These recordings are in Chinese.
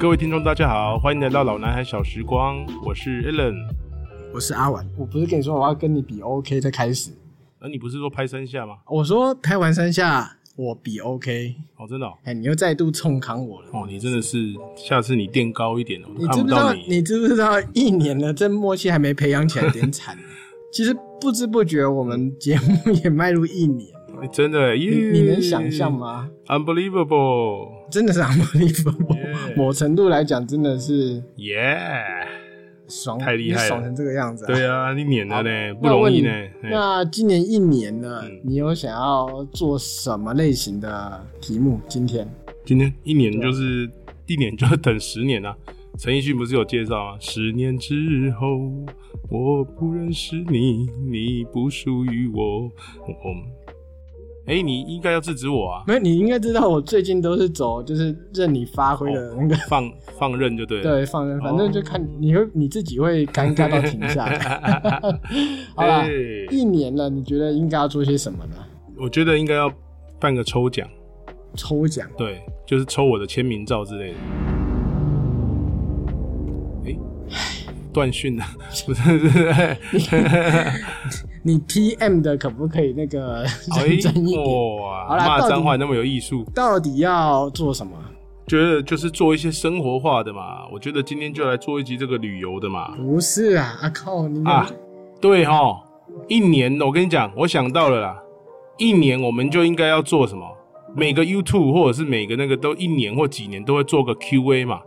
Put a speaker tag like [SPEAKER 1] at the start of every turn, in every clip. [SPEAKER 1] 各位听众，大家好，欢迎来到老男孩小时光，我是 Allen。
[SPEAKER 2] 我是阿玩，
[SPEAKER 3] 我不是跟你说我要跟你比 OK 再开始，
[SPEAKER 1] 那、呃你不是说拍三下吗？
[SPEAKER 2] 我说拍完三下我比 OK，
[SPEAKER 1] 哦，真的哦，
[SPEAKER 2] 哎，你又再度冲康我了。
[SPEAKER 1] 哦你真的是，下次你垫高一点，我都
[SPEAKER 2] 你
[SPEAKER 1] 看
[SPEAKER 2] 知
[SPEAKER 1] 不
[SPEAKER 2] 不知道？
[SPEAKER 1] 到
[SPEAKER 2] 你知不知道？一年了，这默契还没培养起来，有点惨。 其实不知不觉，我们节目也迈入一年，
[SPEAKER 1] 哎真的耶
[SPEAKER 2] 你
[SPEAKER 3] 嗯
[SPEAKER 2] 你能想象吗？
[SPEAKER 1] ？Unbelievable，
[SPEAKER 2] 真的是 unbelievable。
[SPEAKER 1] 嗯 Yeah
[SPEAKER 2] 某程度来讲，真的是
[SPEAKER 1] 耶！
[SPEAKER 2] 爽，
[SPEAKER 1] 太厉害了
[SPEAKER 2] 你爽成这个样子、啊。
[SPEAKER 1] 对
[SPEAKER 2] 啊。
[SPEAKER 1] 啊，你撵了呢，不
[SPEAKER 2] 那我
[SPEAKER 1] 容
[SPEAKER 2] 问
[SPEAKER 1] 易
[SPEAKER 2] 你
[SPEAKER 1] 呢。哎
[SPEAKER 2] 那今年一年了，
[SPEAKER 1] 嗯
[SPEAKER 2] 你有想要做什么类型的题目？今天
[SPEAKER 1] 今天一年就是一年就等十年啊。陈奕迅不是有介绍吗？十年之后，我不认识你，你不属于我。我，哎、你应该要制止 我啊！
[SPEAKER 2] 没有，你应该知道，我最近都是走就是任你发挥的那个
[SPEAKER 1] 放放任就哦对了。哦
[SPEAKER 2] 对，放任，反正就看你会你自己会尴尬到停 下来。好啦，
[SPEAKER 1] 哎
[SPEAKER 2] 一年了，你觉得应该要做些什么呢？
[SPEAKER 1] 我觉得应该要办个抽奖，
[SPEAKER 2] 抽奖，
[SPEAKER 1] 对，就是抽我的签名照之类的。哎、断讯 了，不是？不是 哎
[SPEAKER 2] 你 T M 的可不可以那个
[SPEAKER 1] 哎
[SPEAKER 2] 认真一点？
[SPEAKER 1] 哇，
[SPEAKER 2] 好啦
[SPEAKER 1] 骂
[SPEAKER 2] 到底
[SPEAKER 1] 脏话那么有艺术，
[SPEAKER 2] 到底要做什么？
[SPEAKER 1] 觉得就是做一些生活化的嘛。我觉得今天就来做一集这个旅游的嘛。
[SPEAKER 2] 不是啊，啊靠，你
[SPEAKER 1] 啊，对哈，一年我跟你讲，我想到了啦，一年我们就应该要做什么？每个 YouTube 或者是每个那个都一年或几年都会做个 QA 嘛。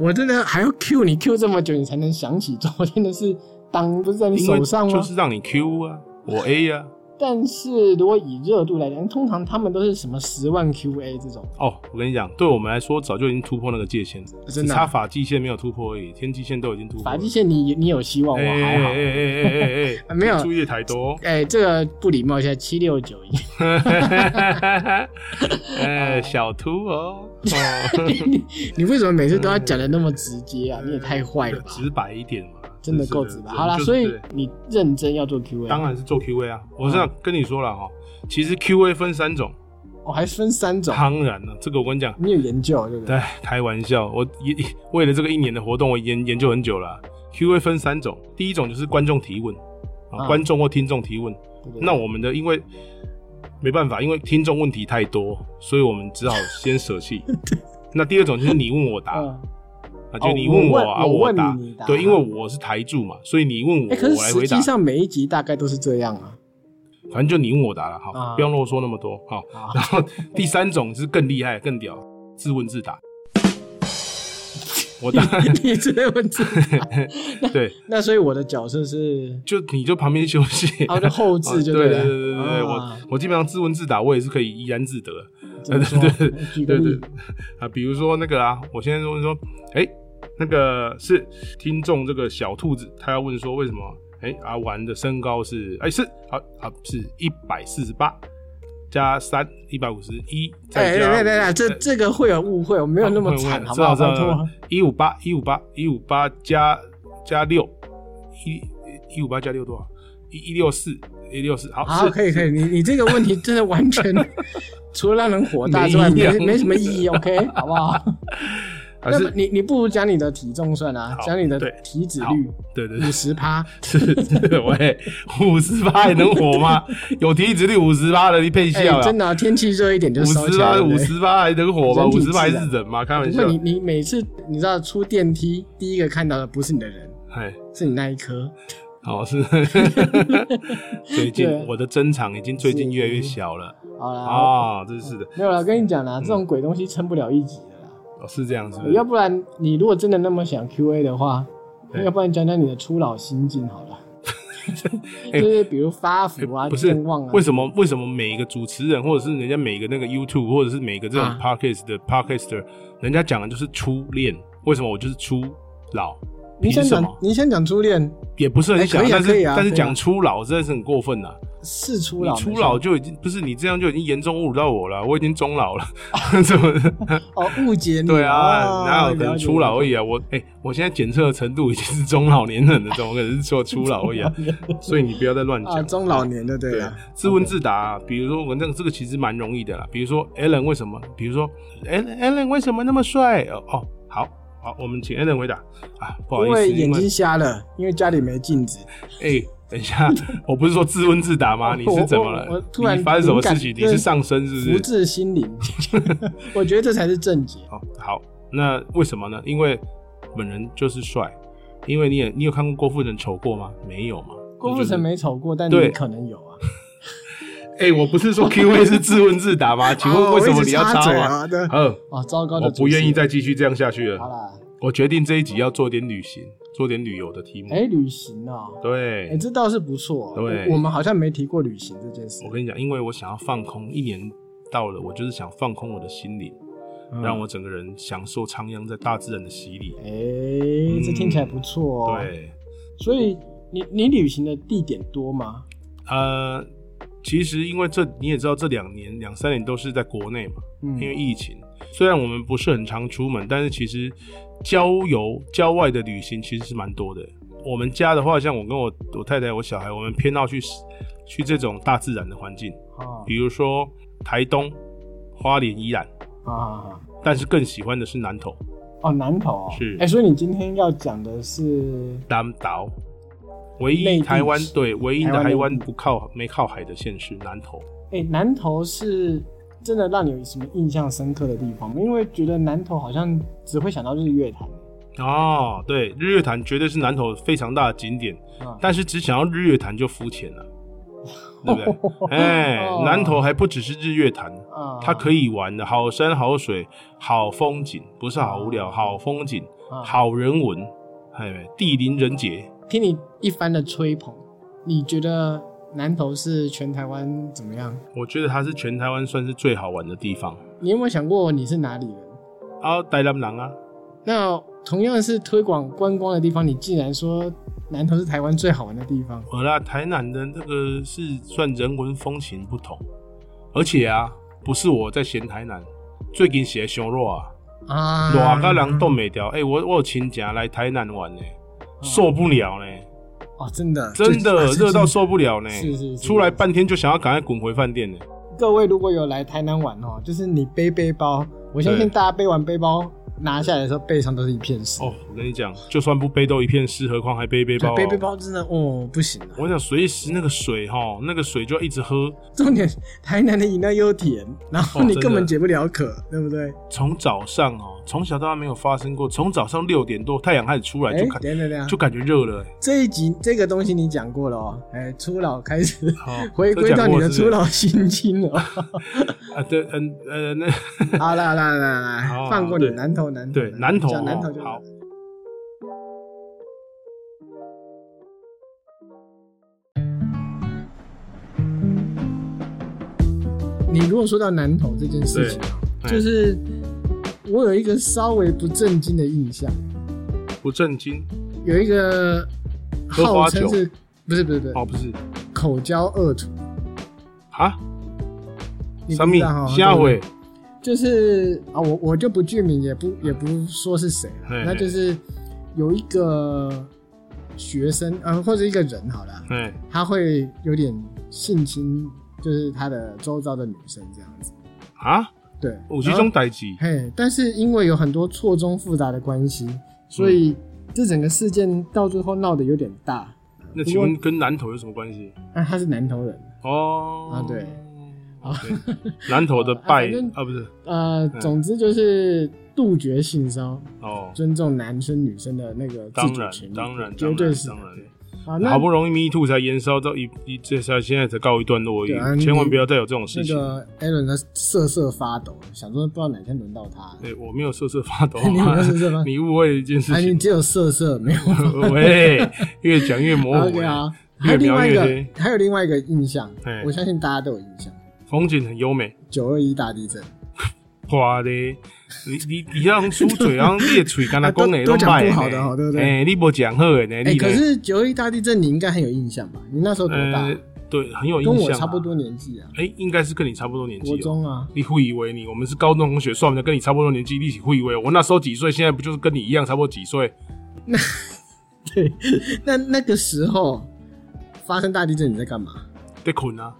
[SPEAKER 2] 我真的还要 Q 你 Q 这么久，你才能想起昨天的事，当不是在你
[SPEAKER 1] 因为
[SPEAKER 2] 手上吗？
[SPEAKER 1] 就是让你 Q 啊，我 A 啊。
[SPEAKER 2] 但是如果以热度来讲，通常他们都是什么十万 Q A 这种，
[SPEAKER 1] 哦，我跟你讲，对我们来说早就已经突破那个界限，
[SPEAKER 2] 真
[SPEAKER 1] 只
[SPEAKER 2] 的
[SPEAKER 1] 差
[SPEAKER 2] 啊
[SPEAKER 1] 法际线没有突破而已，天际线都已经突破了。
[SPEAKER 2] 法际线你你有希望，我
[SPEAKER 1] 哎哎
[SPEAKER 2] 还好。
[SPEAKER 1] 哎哎哎哎哎，
[SPEAKER 2] 啊 没有
[SPEAKER 1] 注意抬头哦。
[SPEAKER 2] 哎、这个不礼貌，现在七六九一，
[SPEAKER 1] 哎，小秃哦，
[SPEAKER 2] 你为什么每次都要讲的那么直接啊？你也太坏了吧！
[SPEAKER 1] 直白一点嘛，
[SPEAKER 2] 真的
[SPEAKER 1] 哎是
[SPEAKER 2] 够直白。好啦，
[SPEAKER 1] 就是
[SPEAKER 2] 所以嗯
[SPEAKER 1] 对
[SPEAKER 2] 你认真要做 Q A，
[SPEAKER 1] 当然是做 Q A 啊。我是想跟你说了哦，其实 Q A 分三种，
[SPEAKER 2] 我、还分三种，
[SPEAKER 1] 当然了，这个我跟你讲，
[SPEAKER 2] 你有研究啊对不对？
[SPEAKER 1] 哎，开玩笑，我也为了这个一年的活动，我研研究很久了啊、Q&A 分三种，第一种就是观众提问啊，
[SPEAKER 2] 啊
[SPEAKER 1] 观众或听众提问。
[SPEAKER 2] 对不对
[SPEAKER 1] 那我们的因为没办法，因为听众问题太多，所以我们只好先舍 弃。那第二种就是你问我答，
[SPEAKER 2] 嗯，
[SPEAKER 1] 啊，就你
[SPEAKER 2] 哦
[SPEAKER 1] 问我
[SPEAKER 2] 我问
[SPEAKER 1] 啊，
[SPEAKER 2] 我问
[SPEAKER 1] 答
[SPEAKER 2] 你你。答
[SPEAKER 1] 对，因为我是台柱嘛，所以你问我，
[SPEAKER 2] 哎、可是
[SPEAKER 1] 我来
[SPEAKER 2] 实
[SPEAKER 1] 回答
[SPEAKER 2] 际。上每一集大概都是这样啊。
[SPEAKER 1] 反正就你问我答了，好，
[SPEAKER 2] 啊
[SPEAKER 1] 不要啰嗦那么多，好。
[SPEAKER 2] 啊
[SPEAKER 1] 然后第三种是更厉害、更屌，自问自 答。我当然
[SPEAKER 2] 你这个问题，
[SPEAKER 1] 对，
[SPEAKER 2] 那所以我的角色 是，
[SPEAKER 1] 就你就旁边休息，
[SPEAKER 2] 啊，我的后
[SPEAKER 1] 啊
[SPEAKER 2] 置就
[SPEAKER 1] 对
[SPEAKER 2] 了。
[SPEAKER 1] 对对对对，我
[SPEAKER 2] 啊
[SPEAKER 1] 我基本上自问自答，我也是可以怡然自得。
[SPEAKER 2] 怎么 说
[SPEAKER 1] 对对对
[SPEAKER 2] 举
[SPEAKER 1] 对
[SPEAKER 2] 个例
[SPEAKER 1] 对啊，比如说那个啊，我现在问说，哎、那个是听众这个小兔子，他要问说为什么？哎、阿玩的身高是哎、是好啊是一百四十八加三一百五十一，再
[SPEAKER 2] 哎，对
[SPEAKER 1] 加
[SPEAKER 2] 对对对，这这个会有误会，我没有那
[SPEAKER 1] 哦
[SPEAKER 2] 么惨，好不好？拜托，啊
[SPEAKER 1] 一五八一五八一五八加加六一一五八加六多少？一一六四一六四，好，
[SPEAKER 2] 好，
[SPEAKER 1] 是
[SPEAKER 2] 啊可以可以，你你这个问题真的完全 除了让人火大之外，
[SPEAKER 1] 没营
[SPEAKER 2] 没
[SPEAKER 1] 养
[SPEAKER 2] 没什 么意义，OK，好不好？
[SPEAKER 1] 还
[SPEAKER 2] 那么
[SPEAKER 1] 啊是
[SPEAKER 2] 你你不如讲你的体重算啊
[SPEAKER 1] 好，
[SPEAKER 2] 讲你的
[SPEAKER 1] 对
[SPEAKER 2] 体脂
[SPEAKER 1] 好
[SPEAKER 2] 率
[SPEAKER 1] 对对对
[SPEAKER 2] 五。十 趴，
[SPEAKER 1] 是是， 喂，五十八还能火 吗？有体脂率五十八的，你配
[SPEAKER 2] 哎
[SPEAKER 1] 笑，
[SPEAKER 2] 真
[SPEAKER 1] 了。
[SPEAKER 2] 的啊天气热一点就
[SPEAKER 1] 五
[SPEAKER 2] 烧
[SPEAKER 1] 十
[SPEAKER 2] 起来
[SPEAKER 1] 八，
[SPEAKER 2] 了。
[SPEAKER 1] 五
[SPEAKER 2] 对不对
[SPEAKER 1] 十八还能火吗？
[SPEAKER 2] 人
[SPEAKER 1] 五
[SPEAKER 2] 体
[SPEAKER 1] 十八
[SPEAKER 2] 自
[SPEAKER 1] 是
[SPEAKER 2] 然
[SPEAKER 1] 人吗？开玩
[SPEAKER 2] 不
[SPEAKER 1] 笑
[SPEAKER 2] 过。你你每次你知道出电梯第一个看到的不是你的人，
[SPEAKER 1] 哎，
[SPEAKER 2] 是你那一颗。
[SPEAKER 1] 好 是。最近
[SPEAKER 2] 对
[SPEAKER 1] 我的珍藏已经最近
[SPEAKER 2] 是
[SPEAKER 1] 越来越小了
[SPEAKER 2] 好啦，
[SPEAKER 1] 啊，真是的，
[SPEAKER 2] 没有了，跟你讲啦，这种鬼东西撑不了一集的啦。
[SPEAKER 1] 哦是这样子。
[SPEAKER 2] 哎要不然你如果真的那么想 Q A 的话，
[SPEAKER 1] 对
[SPEAKER 2] 要不然讲讲你的初老心境好了，
[SPEAKER 1] 哎
[SPEAKER 2] 就是比如发福啊、
[SPEAKER 1] 不是
[SPEAKER 2] 健忘啊，
[SPEAKER 1] 为什么？为什么每一个主持人，或者是人家每个那个 YouTube，或者是每个这种
[SPEAKER 2] 啊
[SPEAKER 1] Podcast 的 Podcaster，人家讲的就是初恋。为什么我就是初老？
[SPEAKER 2] 你
[SPEAKER 1] 凭
[SPEAKER 2] 先
[SPEAKER 1] 什
[SPEAKER 2] 讲
[SPEAKER 1] 么？
[SPEAKER 2] 你先讲初恋
[SPEAKER 1] 也不是很
[SPEAKER 2] 哎
[SPEAKER 1] 想，
[SPEAKER 2] 可以啊
[SPEAKER 1] 但
[SPEAKER 2] 可
[SPEAKER 1] 是
[SPEAKER 2] 以啊
[SPEAKER 1] 但是
[SPEAKER 2] 可以啊
[SPEAKER 1] 讲初老真的是很过分呐、啊
[SPEAKER 2] 是初
[SPEAKER 1] 你
[SPEAKER 2] 老，
[SPEAKER 1] 初老
[SPEAKER 2] 没错
[SPEAKER 1] 就已经不是你这样就已经严重侮辱到我了，我已经中 老了， 怎么？
[SPEAKER 2] 哦误解你
[SPEAKER 1] 对啊，哪有可能初老而
[SPEAKER 2] 已？
[SPEAKER 1] 已啊？我哎、我现在检测的程度已经是中老年人了， 怎么可能是说初老 而已啊？所以你不要再乱
[SPEAKER 2] 啊，
[SPEAKER 1] 讲。
[SPEAKER 2] 中老年的对
[SPEAKER 1] 对
[SPEAKER 2] 了，，
[SPEAKER 1] 自问自答、啊比如说我那个这个其实蛮容易的啦，比如说 Alan 为什么？比如说 Alan Alan 为什么那么帅？哦哦，好，好，我们请 Allen 回答啊，不好
[SPEAKER 2] 因
[SPEAKER 1] 意思，
[SPEAKER 2] 为
[SPEAKER 1] 因
[SPEAKER 2] 眼睛
[SPEAKER 1] 为
[SPEAKER 2] 瞎了，因为家里没镜子。
[SPEAKER 1] 哎、等一下， 我不是说自问自答吗？你是怎么
[SPEAKER 2] 我我我
[SPEAKER 1] 了
[SPEAKER 2] 突？然
[SPEAKER 1] 你发生什么事情？
[SPEAKER 2] 灵
[SPEAKER 1] 你
[SPEAKER 2] 感
[SPEAKER 1] 是上身是
[SPEAKER 2] 福
[SPEAKER 1] 不是？
[SPEAKER 2] 至心灵， 我觉得这才是正解。
[SPEAKER 1] 好，哦好，那为什么呢？因为本人就是帅，因为你也你有看过郭富城丑过吗？没有嘛？
[SPEAKER 2] 郭富城没丑过，但
[SPEAKER 1] 对
[SPEAKER 2] 你可能有啊。
[SPEAKER 1] 哎、我不是 说 Q A 是自问自答吗？请
[SPEAKER 2] 哦
[SPEAKER 1] 问为什
[SPEAKER 2] 我
[SPEAKER 1] 么
[SPEAKER 2] 一直
[SPEAKER 1] 你要
[SPEAKER 2] 插嘴
[SPEAKER 1] 我？
[SPEAKER 2] 啊？对，
[SPEAKER 1] 呃，
[SPEAKER 2] 哦，糟糕的
[SPEAKER 1] 我
[SPEAKER 2] 主持人，
[SPEAKER 1] 不愿意再继续这样下去
[SPEAKER 3] 好
[SPEAKER 1] 了。
[SPEAKER 3] 啦，
[SPEAKER 1] 我决定这一集要做点旅行，做点旅游的题目。
[SPEAKER 2] 哎、旅行哦，
[SPEAKER 1] 对，
[SPEAKER 2] 哎、这倒是不错、哦。
[SPEAKER 1] 对
[SPEAKER 2] 我我们好像没提过旅行这件事
[SPEAKER 1] 我。跟你讲，因为我想要放空，一年到了，我就是想放空我的心灵，让我整个人享受徜徉在大自然的洗礼。
[SPEAKER 2] 嗯哎、这听起来不错哦。，
[SPEAKER 1] 嗯对，
[SPEAKER 2] 所以你你旅行的地点多吗？
[SPEAKER 1] 呃，其实因为这你也知道，这两年两三年都是在国内嘛，
[SPEAKER 2] 嗯
[SPEAKER 1] 因为疫情，虽然我们不是很常出门，但是其实郊游、郊外的旅行其实是蛮多的。我们家的话，像我跟我我太太、我小孩，我们偏好去去这种大自然的环境，
[SPEAKER 2] 啊
[SPEAKER 1] 比如说台东、花莲、宜兰，
[SPEAKER 2] 啊啊！
[SPEAKER 1] 但是更喜欢的是南投。
[SPEAKER 2] 哦，南投、哦、
[SPEAKER 1] 是
[SPEAKER 2] 哎、所以你今天要讲的是
[SPEAKER 1] 南岛，唯
[SPEAKER 2] 内
[SPEAKER 1] 一
[SPEAKER 2] 地
[SPEAKER 1] 台湾
[SPEAKER 2] 是
[SPEAKER 1] 对唯一的台
[SPEAKER 2] 台湾
[SPEAKER 1] 湾
[SPEAKER 2] 内地
[SPEAKER 1] 不靠没靠海的县市南投。
[SPEAKER 2] 哎、南投是真的让你有什么印象深刻的地方吗？因为觉得南投好像只会想到日月潭。
[SPEAKER 1] 哦，对，日月潭绝对是南投非常大的景点，
[SPEAKER 2] 啊
[SPEAKER 1] 但是只想要日月潭就肤浅了，对 不对？ 哎、
[SPEAKER 2] 哦
[SPEAKER 1] 南投还不只是日月潭，
[SPEAKER 2] 啊
[SPEAKER 1] 它可以玩的好山好水好风景，不是好无聊，好风景，
[SPEAKER 2] 啊
[SPEAKER 1] 好人文，哎，地灵人杰。
[SPEAKER 2] 听你一番的吹捧，你觉得南投是全台湾怎么样？
[SPEAKER 1] 我觉得它是全台湾算是最好玩的地方。
[SPEAKER 2] 你有没有想过你是哪里人？
[SPEAKER 1] 啊，台南人啊，
[SPEAKER 2] 那同样是推广观光的地方，你竟然说南投是台湾最好玩的地方，
[SPEAKER 1] 我啦，台南的那个是算人文风情不同，而且啊，不是我在嫌台南，最近写熊肉啊，
[SPEAKER 2] 啊，
[SPEAKER 1] 热到人冻袂掉。哎、我我有亲戚来台南玩呢、受不了呢、
[SPEAKER 2] 哦，真的，
[SPEAKER 1] 真的
[SPEAKER 2] 嗯这
[SPEAKER 1] 热到受不了呢、
[SPEAKER 2] 是是是
[SPEAKER 1] 出来半天就想要赶快滚回饭店呢、
[SPEAKER 2] 各位如果有来台南玩哦，就是你背背包，我相信
[SPEAKER 1] 对
[SPEAKER 2] 大家背完背包拿下来的时候，背上都是一片湿。
[SPEAKER 1] 哦，我跟你讲，就算不背都一片湿，何况还背背
[SPEAKER 2] 对
[SPEAKER 1] 包、哦？
[SPEAKER 2] 背背。包真的哦不行啊！
[SPEAKER 1] 我想随时那个水哈，那个水就要一直喝，
[SPEAKER 2] 重点台南的饮料又甜，然后
[SPEAKER 1] 哦
[SPEAKER 2] 你
[SPEAKER 1] 真的
[SPEAKER 2] 根本解不了渴，对不对？
[SPEAKER 1] 从早上哦，从小到大没有发生过，从早上六点多太阳开始出来
[SPEAKER 2] 哎
[SPEAKER 1] 就，感、
[SPEAKER 2] 等一下等一下，
[SPEAKER 1] 就感觉热了、欸。
[SPEAKER 2] 这一集这个东西你讲过了哦，哎，初老开始
[SPEAKER 1] 好
[SPEAKER 2] 回归到你的初老心 境了。
[SPEAKER 1] 啊，对，嗯呃，那
[SPEAKER 2] 好啦啦啦啦，
[SPEAKER 1] 好
[SPEAKER 2] 放过你
[SPEAKER 1] 对
[SPEAKER 2] 南投南投
[SPEAKER 1] 哦对南投
[SPEAKER 2] 讲南投
[SPEAKER 1] 哦
[SPEAKER 2] 就
[SPEAKER 1] 好。
[SPEAKER 2] 你如果说到南投这件事情啊，
[SPEAKER 1] 对
[SPEAKER 2] 就
[SPEAKER 1] 哎
[SPEAKER 2] 是我有一个稍微不正经的印象，
[SPEAKER 1] 不正经
[SPEAKER 2] 有一个
[SPEAKER 1] 喝
[SPEAKER 2] 号
[SPEAKER 1] 花
[SPEAKER 2] 称
[SPEAKER 1] 酒
[SPEAKER 2] 是不是不是不是
[SPEAKER 1] 哦，不是
[SPEAKER 2] 口交恶徒，
[SPEAKER 1] 啊，
[SPEAKER 2] 你
[SPEAKER 1] 什
[SPEAKER 2] 不
[SPEAKER 1] 么
[SPEAKER 2] 知道哈？
[SPEAKER 1] 下
[SPEAKER 2] 对
[SPEAKER 1] 回
[SPEAKER 2] 就是啊，我我就不具名，也不也不说是谁
[SPEAKER 1] 嘿
[SPEAKER 2] 了
[SPEAKER 1] 嘿。
[SPEAKER 2] 那就是有一个学生，呃，或者一个人好了，
[SPEAKER 1] 哎
[SPEAKER 2] 他会有点性侵，就是他的周遭的女生这样子。
[SPEAKER 1] 啊，
[SPEAKER 2] 对，
[SPEAKER 1] 五级
[SPEAKER 2] 然后
[SPEAKER 1] 中逮鸡
[SPEAKER 2] 嘿，但是因为有很多错综复杂的关系，所以这整个事件到最后闹得有点大。
[SPEAKER 1] 那
[SPEAKER 2] 不
[SPEAKER 1] 请
[SPEAKER 2] 过
[SPEAKER 1] 问跟南投有什么关系？
[SPEAKER 2] 那他是南投人，
[SPEAKER 1] 哦，
[SPEAKER 2] 啊对哦
[SPEAKER 1] 啊， 南投的拜
[SPEAKER 2] 啊反正
[SPEAKER 1] 啊，不是
[SPEAKER 2] 呃，总之就是杜绝性骚扰，
[SPEAKER 1] 哦，
[SPEAKER 2] 尊重男生女生的那个自
[SPEAKER 1] 当
[SPEAKER 2] 主
[SPEAKER 1] 然
[SPEAKER 2] 权利，
[SPEAKER 1] 当然
[SPEAKER 2] 绝
[SPEAKER 1] 当
[SPEAKER 2] 对
[SPEAKER 1] 然
[SPEAKER 2] 是
[SPEAKER 1] 当然
[SPEAKER 2] 对。啊，那
[SPEAKER 1] 好不容易 Me Too 才延烧到一一这才现在才告一段落而
[SPEAKER 2] 对啊
[SPEAKER 1] 已，千万
[SPEAKER 2] 你
[SPEAKER 1] 不要再有这种事
[SPEAKER 2] 那
[SPEAKER 1] 情。
[SPEAKER 2] 个 Aaron 他瑟瑟发抖，想说不知道哪天轮到他。，
[SPEAKER 1] 对我没有瑟瑟发抖 啊
[SPEAKER 2] 你有没有瑟瑟发抖
[SPEAKER 1] 哦你误会一件事
[SPEAKER 2] 哎，你
[SPEAKER 1] 情。
[SPEAKER 2] 只有瑟瑟，没有。
[SPEAKER 1] 喂，越讲越模糊欸
[SPEAKER 2] OK
[SPEAKER 1] 了。
[SPEAKER 2] 啊，还
[SPEAKER 1] 哦越
[SPEAKER 2] 有另
[SPEAKER 1] 描
[SPEAKER 2] 外一
[SPEAKER 1] 越
[SPEAKER 2] 个
[SPEAKER 1] 黑，，
[SPEAKER 2] 还有另外一个印象
[SPEAKER 1] 嘿，
[SPEAKER 2] 我相信大家都有印象，
[SPEAKER 1] 风景很优美。
[SPEAKER 2] 九二一大地震，
[SPEAKER 1] 夸的，你你你让输嘴，然后你的嘴跟他讲的
[SPEAKER 2] 都都讲
[SPEAKER 1] 歹
[SPEAKER 2] 不好的哦对不对
[SPEAKER 1] 哎、你不讲好的呢，
[SPEAKER 2] 哎，
[SPEAKER 1] 你呢
[SPEAKER 2] 可是九二一大地震你应该很有印象吧？你那时候多大？
[SPEAKER 1] 呃，对，很有印
[SPEAKER 2] 跟
[SPEAKER 1] 象、
[SPEAKER 2] 我差不多。年纪啊，
[SPEAKER 1] 哎、应该是跟你差不多年纪
[SPEAKER 2] 国
[SPEAKER 1] 哦。
[SPEAKER 2] 中啊。
[SPEAKER 1] 你会以为你我们是高中同学，算我们跟你差不多年纪，一起会以为我那时候几岁，现在不就是跟你一样差不多几岁？
[SPEAKER 2] 对，那那个时候发生大地震你在干嘛？
[SPEAKER 1] 被捆啊！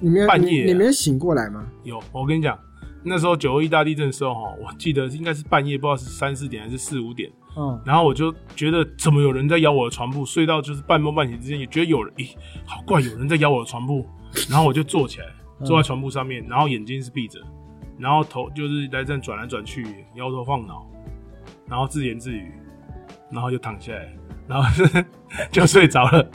[SPEAKER 2] 你没有
[SPEAKER 1] 半夜
[SPEAKER 2] 你
[SPEAKER 1] 啊
[SPEAKER 2] 你没有醒过来吗？
[SPEAKER 1] 有，我跟你讲，那时候九二一大地震的时候哈，我记得应该是半夜，不知道是三四点还是四五点，
[SPEAKER 2] 哦
[SPEAKER 3] 嗯，
[SPEAKER 1] 然后我就觉得怎么有人在咬我的床铺，睡到就是半梦半醒之间，也觉得有人，咦，好怪，有人在咬我的床铺。然后我就坐起来，坐在床铺上面，然后眼睛是闭着，然后头就是来这样转来转去，摇头晃脑，然后自言自语，然后就躺下来，然后 就睡着了，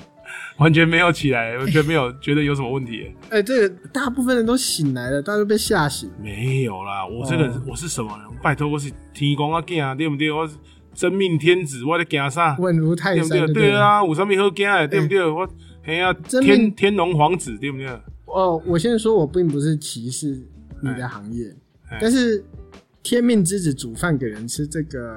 [SPEAKER 1] 完全没有起来，完全没有觉得有什么问题，
[SPEAKER 2] 哎、这个大部分人都醒来了，大家都被吓醒。
[SPEAKER 1] 没有啦。我这个人，我是什么人？拜托，我是天公啊，囝对不对？我是真命天子，我在惊啥？
[SPEAKER 2] 稳如泰
[SPEAKER 1] 对不
[SPEAKER 2] 山
[SPEAKER 1] 对？
[SPEAKER 2] 就
[SPEAKER 1] 对
[SPEAKER 2] 了。
[SPEAKER 1] 啊，有啥物好惊的？对不对？我嘿啊，
[SPEAKER 2] 真
[SPEAKER 1] 天
[SPEAKER 2] 命
[SPEAKER 1] 天龙皇子，对不对？
[SPEAKER 2] 哦，我先说，我并不是歧视你的行业，
[SPEAKER 1] 哎
[SPEAKER 2] 但是天命之子煮饭给人吃，这个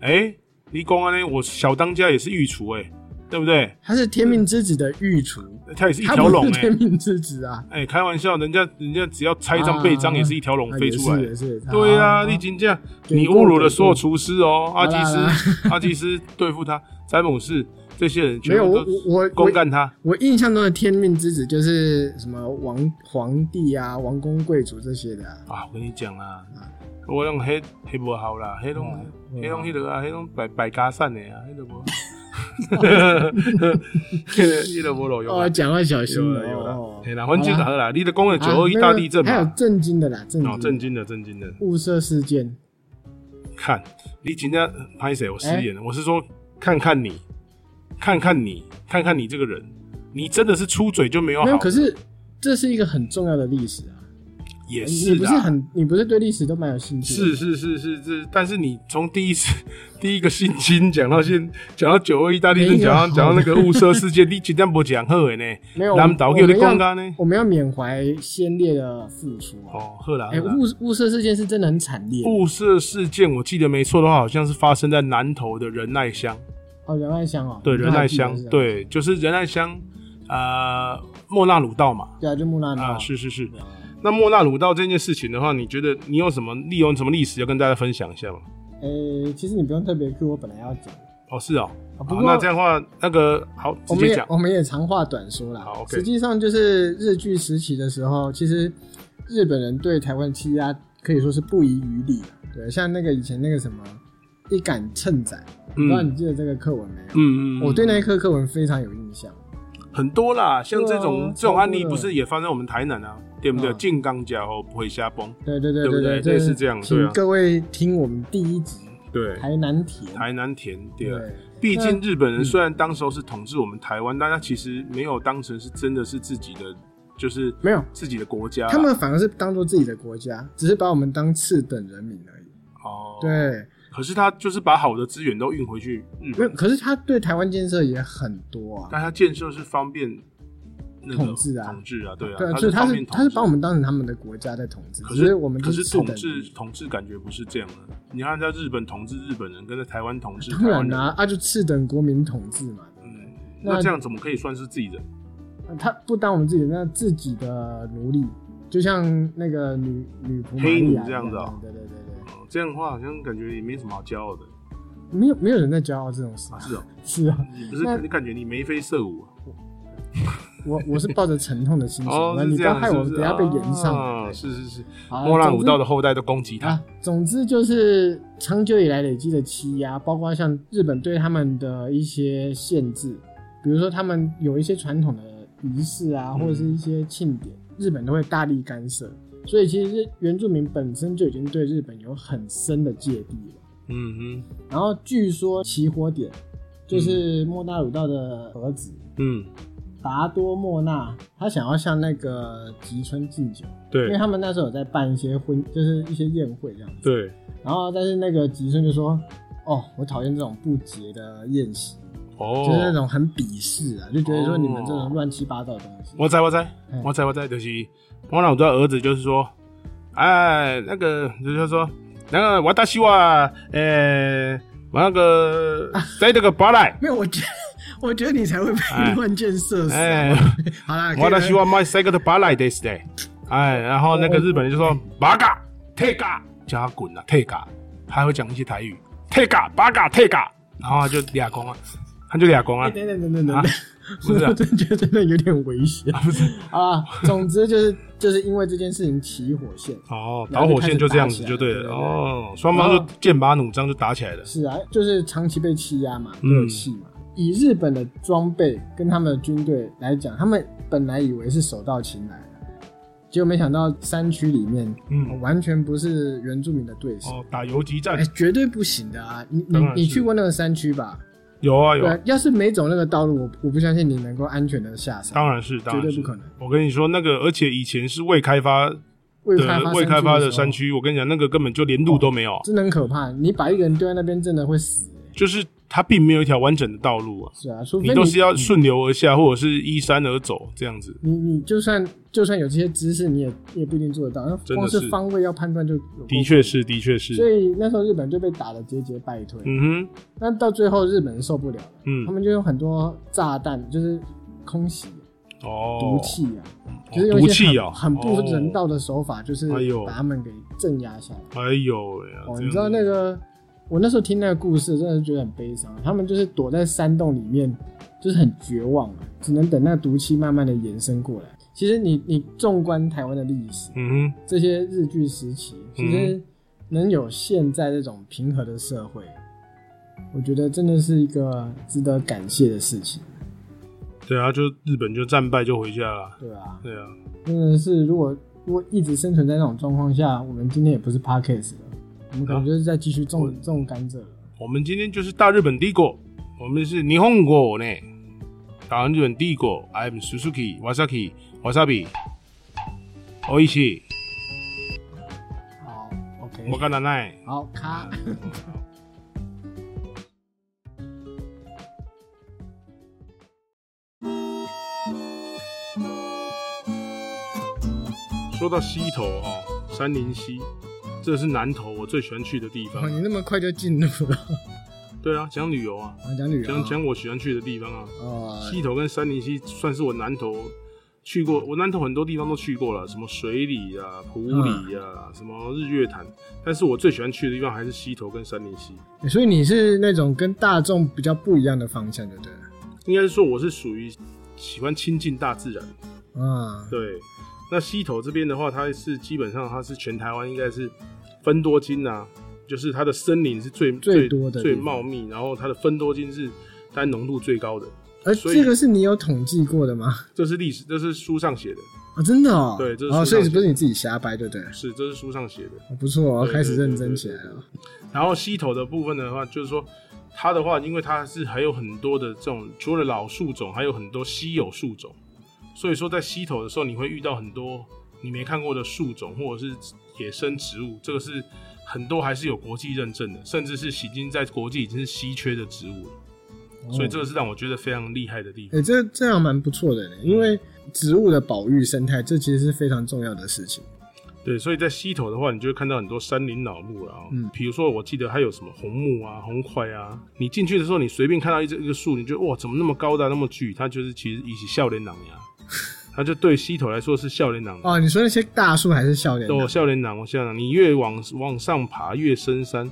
[SPEAKER 1] 哎，你讲安尼，我小当家也是御厨哎，对不对？
[SPEAKER 2] 他是天命之子的御厨，
[SPEAKER 1] 他嗯也是一
[SPEAKER 2] 他
[SPEAKER 1] 条
[SPEAKER 2] 不
[SPEAKER 1] 龙
[SPEAKER 2] 是
[SPEAKER 1] 哎
[SPEAKER 2] 天命之子啊，
[SPEAKER 1] 哎，开玩笑，人家人家只要拆张
[SPEAKER 2] 啊
[SPEAKER 1] 背章，也是一条龙
[SPEAKER 2] 啊
[SPEAKER 1] 飞
[SPEAKER 2] 也
[SPEAKER 1] 出
[SPEAKER 2] 是
[SPEAKER 1] 来
[SPEAKER 2] 也。是，
[SPEAKER 1] 对
[SPEAKER 2] 啊
[SPEAKER 1] 啊，丽晶这样，
[SPEAKER 2] 给
[SPEAKER 1] 你
[SPEAKER 2] 过
[SPEAKER 1] 侮辱
[SPEAKER 2] 给
[SPEAKER 1] 了所有
[SPEAKER 2] 过
[SPEAKER 1] 厨师哦，阿
[SPEAKER 2] 好
[SPEAKER 1] 基
[SPEAKER 2] 啦
[SPEAKER 1] 斯，阿基斯对付他，詹姆士这些人
[SPEAKER 2] 没
[SPEAKER 1] 全
[SPEAKER 2] 有
[SPEAKER 1] 部
[SPEAKER 2] 我
[SPEAKER 1] 都
[SPEAKER 2] 我我
[SPEAKER 1] 公干他。
[SPEAKER 2] 我印象中的天命之子就是什么王皇帝啊、王公贵族这些的、啊，
[SPEAKER 1] 啊，我跟你讲啦，我用黑黑不好啦，黑拢
[SPEAKER 2] 嗯
[SPEAKER 1] 黑拢迄落啊，黑拢百百家散的啊，迄落无，迄落无路用啊
[SPEAKER 2] 哦，。讲话小心
[SPEAKER 1] 有
[SPEAKER 2] 哦
[SPEAKER 1] 啦有啦
[SPEAKER 2] 哦，。
[SPEAKER 1] 嘿啦，阮这个好啦，你的讲的
[SPEAKER 2] 啊
[SPEAKER 1] 九二一大地震
[SPEAKER 2] 那个还
[SPEAKER 1] 嘛
[SPEAKER 2] 有，震惊的啦，震惊
[SPEAKER 1] 哦，
[SPEAKER 2] 的
[SPEAKER 1] 震惊的震惊的，
[SPEAKER 2] 雾社事件，
[SPEAKER 1] 看你今天拍谁？我失言了，我是说看看你，看看你，看看你这个人，你真的是出嘴就没有
[SPEAKER 2] 没有，
[SPEAKER 1] 哦好，
[SPEAKER 2] 可是这是一个很重要的历史啊。
[SPEAKER 1] 也
[SPEAKER 2] 你不是
[SPEAKER 1] 啦。
[SPEAKER 2] 很，你不是对历史都蛮有兴趣的？
[SPEAKER 1] 是是是是是，但是你从第一次第一个性侵讲到现，讲到九二一大地震，
[SPEAKER 2] 没有
[SPEAKER 1] 讲到讲到那个雾社事 件，你尽量不讲好的呢？
[SPEAKER 2] 没有，
[SPEAKER 1] 南岛
[SPEAKER 2] 我
[SPEAKER 1] 叫你
[SPEAKER 2] 们
[SPEAKER 1] 讲
[SPEAKER 2] 要
[SPEAKER 1] 干呢？
[SPEAKER 2] 我们要缅怀先烈的付出啊。
[SPEAKER 1] 哦，好啦，
[SPEAKER 2] 哎，
[SPEAKER 1] 好啦
[SPEAKER 2] 雾雾社事件是真的很惨烈。哦
[SPEAKER 1] 雾社事件，我记得没错的话，好像是发生在南投的仁爱乡。
[SPEAKER 2] 哦，仁爱乡哦，
[SPEAKER 1] 对，
[SPEAKER 2] 你
[SPEAKER 1] 仁爱
[SPEAKER 2] 还记得
[SPEAKER 1] 乡
[SPEAKER 2] 是，吧，
[SPEAKER 1] 对，就是仁爱乡，呃，莫纳鲁道嘛，
[SPEAKER 2] 对啊，就木纳
[SPEAKER 1] 啊、
[SPEAKER 2] 岛
[SPEAKER 1] 是是是。
[SPEAKER 2] 对啊
[SPEAKER 1] 那莫纳鲁道这件事情的话，你觉得你有什么利用什么历史要跟大家分享一下吗？
[SPEAKER 2] 诶，哎其实你不用特别 Q，我本来要讲，
[SPEAKER 1] 哦，是哦，
[SPEAKER 2] 啊不
[SPEAKER 1] 好，
[SPEAKER 2] 过
[SPEAKER 1] 那这样的话，那个好，直
[SPEAKER 2] 我们
[SPEAKER 1] 接
[SPEAKER 2] 也
[SPEAKER 1] 讲，
[SPEAKER 2] 我们也长话短说啦
[SPEAKER 1] 好。，OK
[SPEAKER 2] 实际上就是日据时期的时候，其实日本人对台湾欺压可以说是不遗余力的。对，像那个以前那个什么一杆秤仔，不知道你
[SPEAKER 1] 嗯
[SPEAKER 2] 记得这个课文没有？
[SPEAKER 1] 嗯嗯，
[SPEAKER 2] 我对
[SPEAKER 1] 嗯
[SPEAKER 2] 那一课课文非常有印象。
[SPEAKER 1] 很多啦，像
[SPEAKER 2] 对
[SPEAKER 1] 这
[SPEAKER 2] 啊
[SPEAKER 1] 种、这
[SPEAKER 2] 超
[SPEAKER 1] 种
[SPEAKER 2] 多
[SPEAKER 1] 案例，
[SPEAKER 2] 的
[SPEAKER 1] 不是也发生我们台南啊，对不对？
[SPEAKER 2] 嗯
[SPEAKER 1] 静冈角哦，不会瞎崩，
[SPEAKER 2] 对对
[SPEAKER 1] 对
[SPEAKER 2] 对
[SPEAKER 1] 不对
[SPEAKER 2] 对
[SPEAKER 1] 类似这样对啊
[SPEAKER 2] 请各位听我们第一集
[SPEAKER 1] 对
[SPEAKER 2] 《台南铁》。
[SPEAKER 1] 台南田，对啊。
[SPEAKER 2] 对，嗯
[SPEAKER 1] 毕竟
[SPEAKER 2] 那
[SPEAKER 1] 日本人虽然当时候是统治我们台湾，但他其实没有当成是真的是自己的，就是
[SPEAKER 2] 没有
[SPEAKER 1] 自己的国家啦。啊
[SPEAKER 2] 他们反而是当做自己的国家，只是把我们当次等人民而已。
[SPEAKER 1] 哦，，
[SPEAKER 2] 对，
[SPEAKER 1] 可是他就是把好的资源都运回去日
[SPEAKER 2] 没有，
[SPEAKER 1] 本，
[SPEAKER 2] 可是他对台湾建设也很多啊。
[SPEAKER 1] 但他建设是方便那个
[SPEAKER 2] 统治啊
[SPEAKER 1] 统治啊，对啊，
[SPEAKER 2] 对啊，
[SPEAKER 1] 他
[SPEAKER 2] 所以他
[SPEAKER 1] 方
[SPEAKER 2] 是
[SPEAKER 1] 便
[SPEAKER 2] 他是把我
[SPEAKER 1] 们，
[SPEAKER 2] 们当成他们的国家在统治，
[SPEAKER 1] 可
[SPEAKER 2] 只
[SPEAKER 1] 是
[SPEAKER 2] 我们
[SPEAKER 1] 可
[SPEAKER 2] 就是是
[SPEAKER 1] 统
[SPEAKER 2] 次等
[SPEAKER 1] 治
[SPEAKER 2] 人
[SPEAKER 1] 统治感觉不是这样的，你看在日本统治日本人，跟在台湾统治
[SPEAKER 2] 当
[SPEAKER 1] 台湾
[SPEAKER 2] 然
[SPEAKER 1] 人，
[SPEAKER 2] 啦、啊，就次等国民统治嘛。
[SPEAKER 1] 嗯，
[SPEAKER 2] 那
[SPEAKER 1] 那这样怎么可以算是自己人？
[SPEAKER 2] 他不当我们自己的，那自己的奴隶，就像那个女女仆玛
[SPEAKER 1] 黑
[SPEAKER 2] 利
[SPEAKER 1] 奴
[SPEAKER 2] 亚
[SPEAKER 1] 这样子啊
[SPEAKER 2] 一对对对对，
[SPEAKER 1] 哦这样的话好像感觉也没什么好骄傲的，
[SPEAKER 2] 没有没有人在骄傲这种事
[SPEAKER 1] 啊，，是哦，
[SPEAKER 2] 是啊，
[SPEAKER 1] 你不是
[SPEAKER 2] 那
[SPEAKER 1] 你感觉你眉飞色舞啊？
[SPEAKER 2] 我我是抱着沉痛的心情，
[SPEAKER 1] 哦，
[SPEAKER 2] 那
[SPEAKER 1] 是
[SPEAKER 2] 你不
[SPEAKER 1] 这
[SPEAKER 2] 要
[SPEAKER 1] 样，
[SPEAKER 2] 害我
[SPEAKER 1] 是不
[SPEAKER 2] 等
[SPEAKER 1] 是
[SPEAKER 2] 下被延上。
[SPEAKER 1] 啊，是是是，
[SPEAKER 2] 好
[SPEAKER 1] 莫纳
[SPEAKER 2] 总
[SPEAKER 1] 鲁
[SPEAKER 2] 之
[SPEAKER 1] 道的后代都攻击他
[SPEAKER 2] 啊，总之就是长久以来累积的欺压，包括像日本对他们的一些限制，比如说他们有一些传统的仪式啊，
[SPEAKER 1] 嗯
[SPEAKER 2] 或者是一些庆典，日本都会大力干涉。所以其实日原住民本身就已经对日本有很深的芥蒂了。
[SPEAKER 1] 嗯哼，
[SPEAKER 2] 然后据说起火点就是莫纳鲁道的儿子
[SPEAKER 1] 嗯，
[SPEAKER 2] 达多莫纳，他想要向那个吉村敬久，因为
[SPEAKER 1] 对
[SPEAKER 2] 他们那时候有在办一些婚，就是一些宴会这样子。
[SPEAKER 1] 对，
[SPEAKER 2] 然后但是那个吉村就说：“哦，我讨厌这种不洁的宴席，
[SPEAKER 1] 哦，
[SPEAKER 2] 就是那种很鄙视啊，就觉得说你们这种乱七八糟的东西。
[SPEAKER 1] 我知我知
[SPEAKER 2] 嗯
[SPEAKER 1] 我知我知，就是我老道儿子就是说，哎，那个就是说，那个我大希望，呃，我那 个在这个巴来，
[SPEAKER 2] 没有，我觉得我觉得你才会被乱箭射死。
[SPEAKER 1] 哎，
[SPEAKER 2] 好啦，
[SPEAKER 1] 我大
[SPEAKER 2] 的
[SPEAKER 1] 希望买塞个的巴来的是的，哎，然后那个日本人就说八嘎退嘎，叫他滚啊退嘎，他还会讲一些台语，退嘎八嘎退嘎，然后他就俩公啊，他就俩公
[SPEAKER 2] 哎
[SPEAKER 1] 啊，
[SPEAKER 2] 等等等等等
[SPEAKER 1] 啊
[SPEAKER 2] 等，
[SPEAKER 1] 不是啊
[SPEAKER 2] 我真觉得真的有点危险
[SPEAKER 1] 不是
[SPEAKER 2] 啊！总之就是就是因为这件事情起火线，
[SPEAKER 1] 哦，导
[SPEAKER 2] 然后就
[SPEAKER 1] 火线就这样子
[SPEAKER 2] 开始打起来
[SPEAKER 1] 就对了
[SPEAKER 2] 对对对
[SPEAKER 1] 哦，双方就剑拔弩张就打起来了，
[SPEAKER 2] 是啊，就是长期被欺压嘛，都
[SPEAKER 1] 嗯
[SPEAKER 2] 有气嘛。以日本的装备跟他们的军队来讲，他们本来以为是手到擒来的，结果没想到山区里面、
[SPEAKER 1] 嗯
[SPEAKER 2] 完全不是原住民的对手，
[SPEAKER 1] 哦，打游击战
[SPEAKER 2] 哎、绝对不行的啊！你你
[SPEAKER 1] 当然是
[SPEAKER 2] 你去过那个山区吧？
[SPEAKER 1] 有啊有
[SPEAKER 2] 对
[SPEAKER 1] 啊
[SPEAKER 2] 啊，要是没走那个道路，我我不相信你能够安全的下山，
[SPEAKER 1] 当然是，当
[SPEAKER 2] 绝
[SPEAKER 1] 然
[SPEAKER 2] 对
[SPEAKER 1] 是
[SPEAKER 2] 不可能。
[SPEAKER 1] 我跟你说，那个而且以前是未开发
[SPEAKER 2] 未开
[SPEAKER 1] 的
[SPEAKER 2] 发
[SPEAKER 1] 未开发的山
[SPEAKER 2] 区
[SPEAKER 1] 区，我跟你讲，那个根本就连路都没有啊
[SPEAKER 2] 的时候，，真的很可怕。你把一个人丢在那边，真的会死、
[SPEAKER 1] 就是它并没有一条完整的道路啊，
[SPEAKER 2] 是啊，除非
[SPEAKER 1] 你
[SPEAKER 2] 你
[SPEAKER 1] 都是要顺流而下，或者是依山而走这样子。
[SPEAKER 2] 你你就算就算有这些知识，你也你也不一定做得到。
[SPEAKER 1] 真的
[SPEAKER 2] 那光
[SPEAKER 1] 是
[SPEAKER 2] 是方位要判断就有够
[SPEAKER 1] 的确是，的确
[SPEAKER 2] 所
[SPEAKER 1] 是，
[SPEAKER 2] 以那时候日本就被打得节节败退。
[SPEAKER 1] 嗯哼，
[SPEAKER 2] 那、到最后日本人受不了了，他
[SPEAKER 1] 嗯，
[SPEAKER 2] 们就用很多炸弹，就是空袭、
[SPEAKER 1] 哦
[SPEAKER 2] 毒，气啊，
[SPEAKER 1] 哦
[SPEAKER 2] 就是用
[SPEAKER 1] 毒
[SPEAKER 2] 一些
[SPEAKER 1] 气
[SPEAKER 2] 很,、
[SPEAKER 1] 啊，
[SPEAKER 2] 很不人道
[SPEAKER 1] 哦。
[SPEAKER 2] 的手法，就是
[SPEAKER 1] 哎呦
[SPEAKER 2] 把他们给镇压下来。
[SPEAKER 1] 哎呦喂啊
[SPEAKER 2] 哦，
[SPEAKER 1] 这样
[SPEAKER 2] 你知道那个，我那时候听那个故事，真的觉得很悲伤。他们就是躲在山洞里面，就是很绝望啊，只能等那个毒气慢慢的延伸过来。其实你你纵观台湾的历史，
[SPEAKER 1] 嗯哼，
[SPEAKER 2] 这些日据时期，其
[SPEAKER 1] 嗯
[SPEAKER 2] 实能有现在这种平和的社会，我觉得真的是一个值得感谢的事情，
[SPEAKER 1] 对啊，就日本就战败就回家了，
[SPEAKER 2] 对吧、
[SPEAKER 1] 对啊，
[SPEAKER 2] 真的是如果如果一直生存在那种状况下，我们今天也不是 podcast 了，我们可
[SPEAKER 1] 啊
[SPEAKER 2] 能就是在继续种、种甘蔗了。
[SPEAKER 1] 我们今天就是大日本帝国，我们是霓虹国呢，大日本帝国，I'm Suzuki Wasaki Wasabi，おいしい，
[SPEAKER 2] 好，OK，
[SPEAKER 1] 我干奶奶。
[SPEAKER 2] 好卡。
[SPEAKER 1] 说到溪头哦，山林溪，这是南投我最喜欢去的地
[SPEAKER 2] 哦，
[SPEAKER 1] 方。
[SPEAKER 2] 你那么快就进入 了，
[SPEAKER 1] 对啊，讲旅游啊，
[SPEAKER 2] 啊讲旅游
[SPEAKER 1] 讲
[SPEAKER 2] 啊，
[SPEAKER 1] 讲我喜欢去的地方啊。
[SPEAKER 2] 哦，
[SPEAKER 1] 溪头跟山林溪算是我南投去过，我南投很多地方都去过了，什么水里啊、埔里
[SPEAKER 2] 嗯
[SPEAKER 1] 啊、什么日月潭，但是我最喜欢去的地方还是溪头跟山林溪。
[SPEAKER 2] 所以你是那种跟大众比较不一样的方向，就对了。
[SPEAKER 1] 应该是说我是属于喜欢亲近大自然。
[SPEAKER 2] 啊，
[SPEAKER 1] 对，那溪头这边的话，它是基本上它是全台湾应该是分多金啊，就是它的森林是最
[SPEAKER 2] 最多的
[SPEAKER 1] 最
[SPEAKER 2] 地方
[SPEAKER 1] 茂密，然后它的分多金是单浓度最高的，
[SPEAKER 2] 而
[SPEAKER 1] 所以
[SPEAKER 2] 哎这个是你有统计过的吗？
[SPEAKER 1] 这是历史，这是书上写的，
[SPEAKER 2] 啊，真的哦。
[SPEAKER 1] 对这是
[SPEAKER 2] 哦，
[SPEAKER 1] 书上
[SPEAKER 2] 所以
[SPEAKER 1] 写的
[SPEAKER 2] 不是你自己瞎掰，对不对？
[SPEAKER 1] 是这是书上写的。
[SPEAKER 2] 哦不错哦，
[SPEAKER 1] 对
[SPEAKER 2] 开始
[SPEAKER 1] 对
[SPEAKER 2] 认
[SPEAKER 1] 对
[SPEAKER 2] 真
[SPEAKER 1] 对
[SPEAKER 2] 起
[SPEAKER 1] 对
[SPEAKER 2] 来了。
[SPEAKER 1] 然后溪头的部分的话，就是说它的话，因为它是还有很多的这种，除了老树种，还有很多稀有树种，所以说在溪头的时候，你会遇到很多你没看过的树种或者是野生植物，这个是很多还是有国际认证的，甚至是已经在国际已经是稀缺的植物了，所
[SPEAKER 2] 哦
[SPEAKER 1] 以这个是让我觉得非常厉害的地
[SPEAKER 2] 哎、
[SPEAKER 1] 方。
[SPEAKER 2] 这这样蛮不错的呢，
[SPEAKER 1] 嗯
[SPEAKER 2] 因为植物的保育生态，这其实是非常重要的事情。
[SPEAKER 1] 对，所以在溪头的话，你就会看到很多山林老木了啊、
[SPEAKER 2] 嗯
[SPEAKER 1] 比如说我记得还有什么红木啊、红桧啊，你进去的时候，你随便看到一只一个树，你就哇，怎么那么高大、那么巨？它就是其实以及笑脸狼 呀，它就对溪头来说是笑脸狼。
[SPEAKER 2] 哦，你说那些大树还是笑脸
[SPEAKER 1] 哦，
[SPEAKER 2] 的？
[SPEAKER 1] 笑脸狼，我笑脸狼，你越往往上爬，越深山，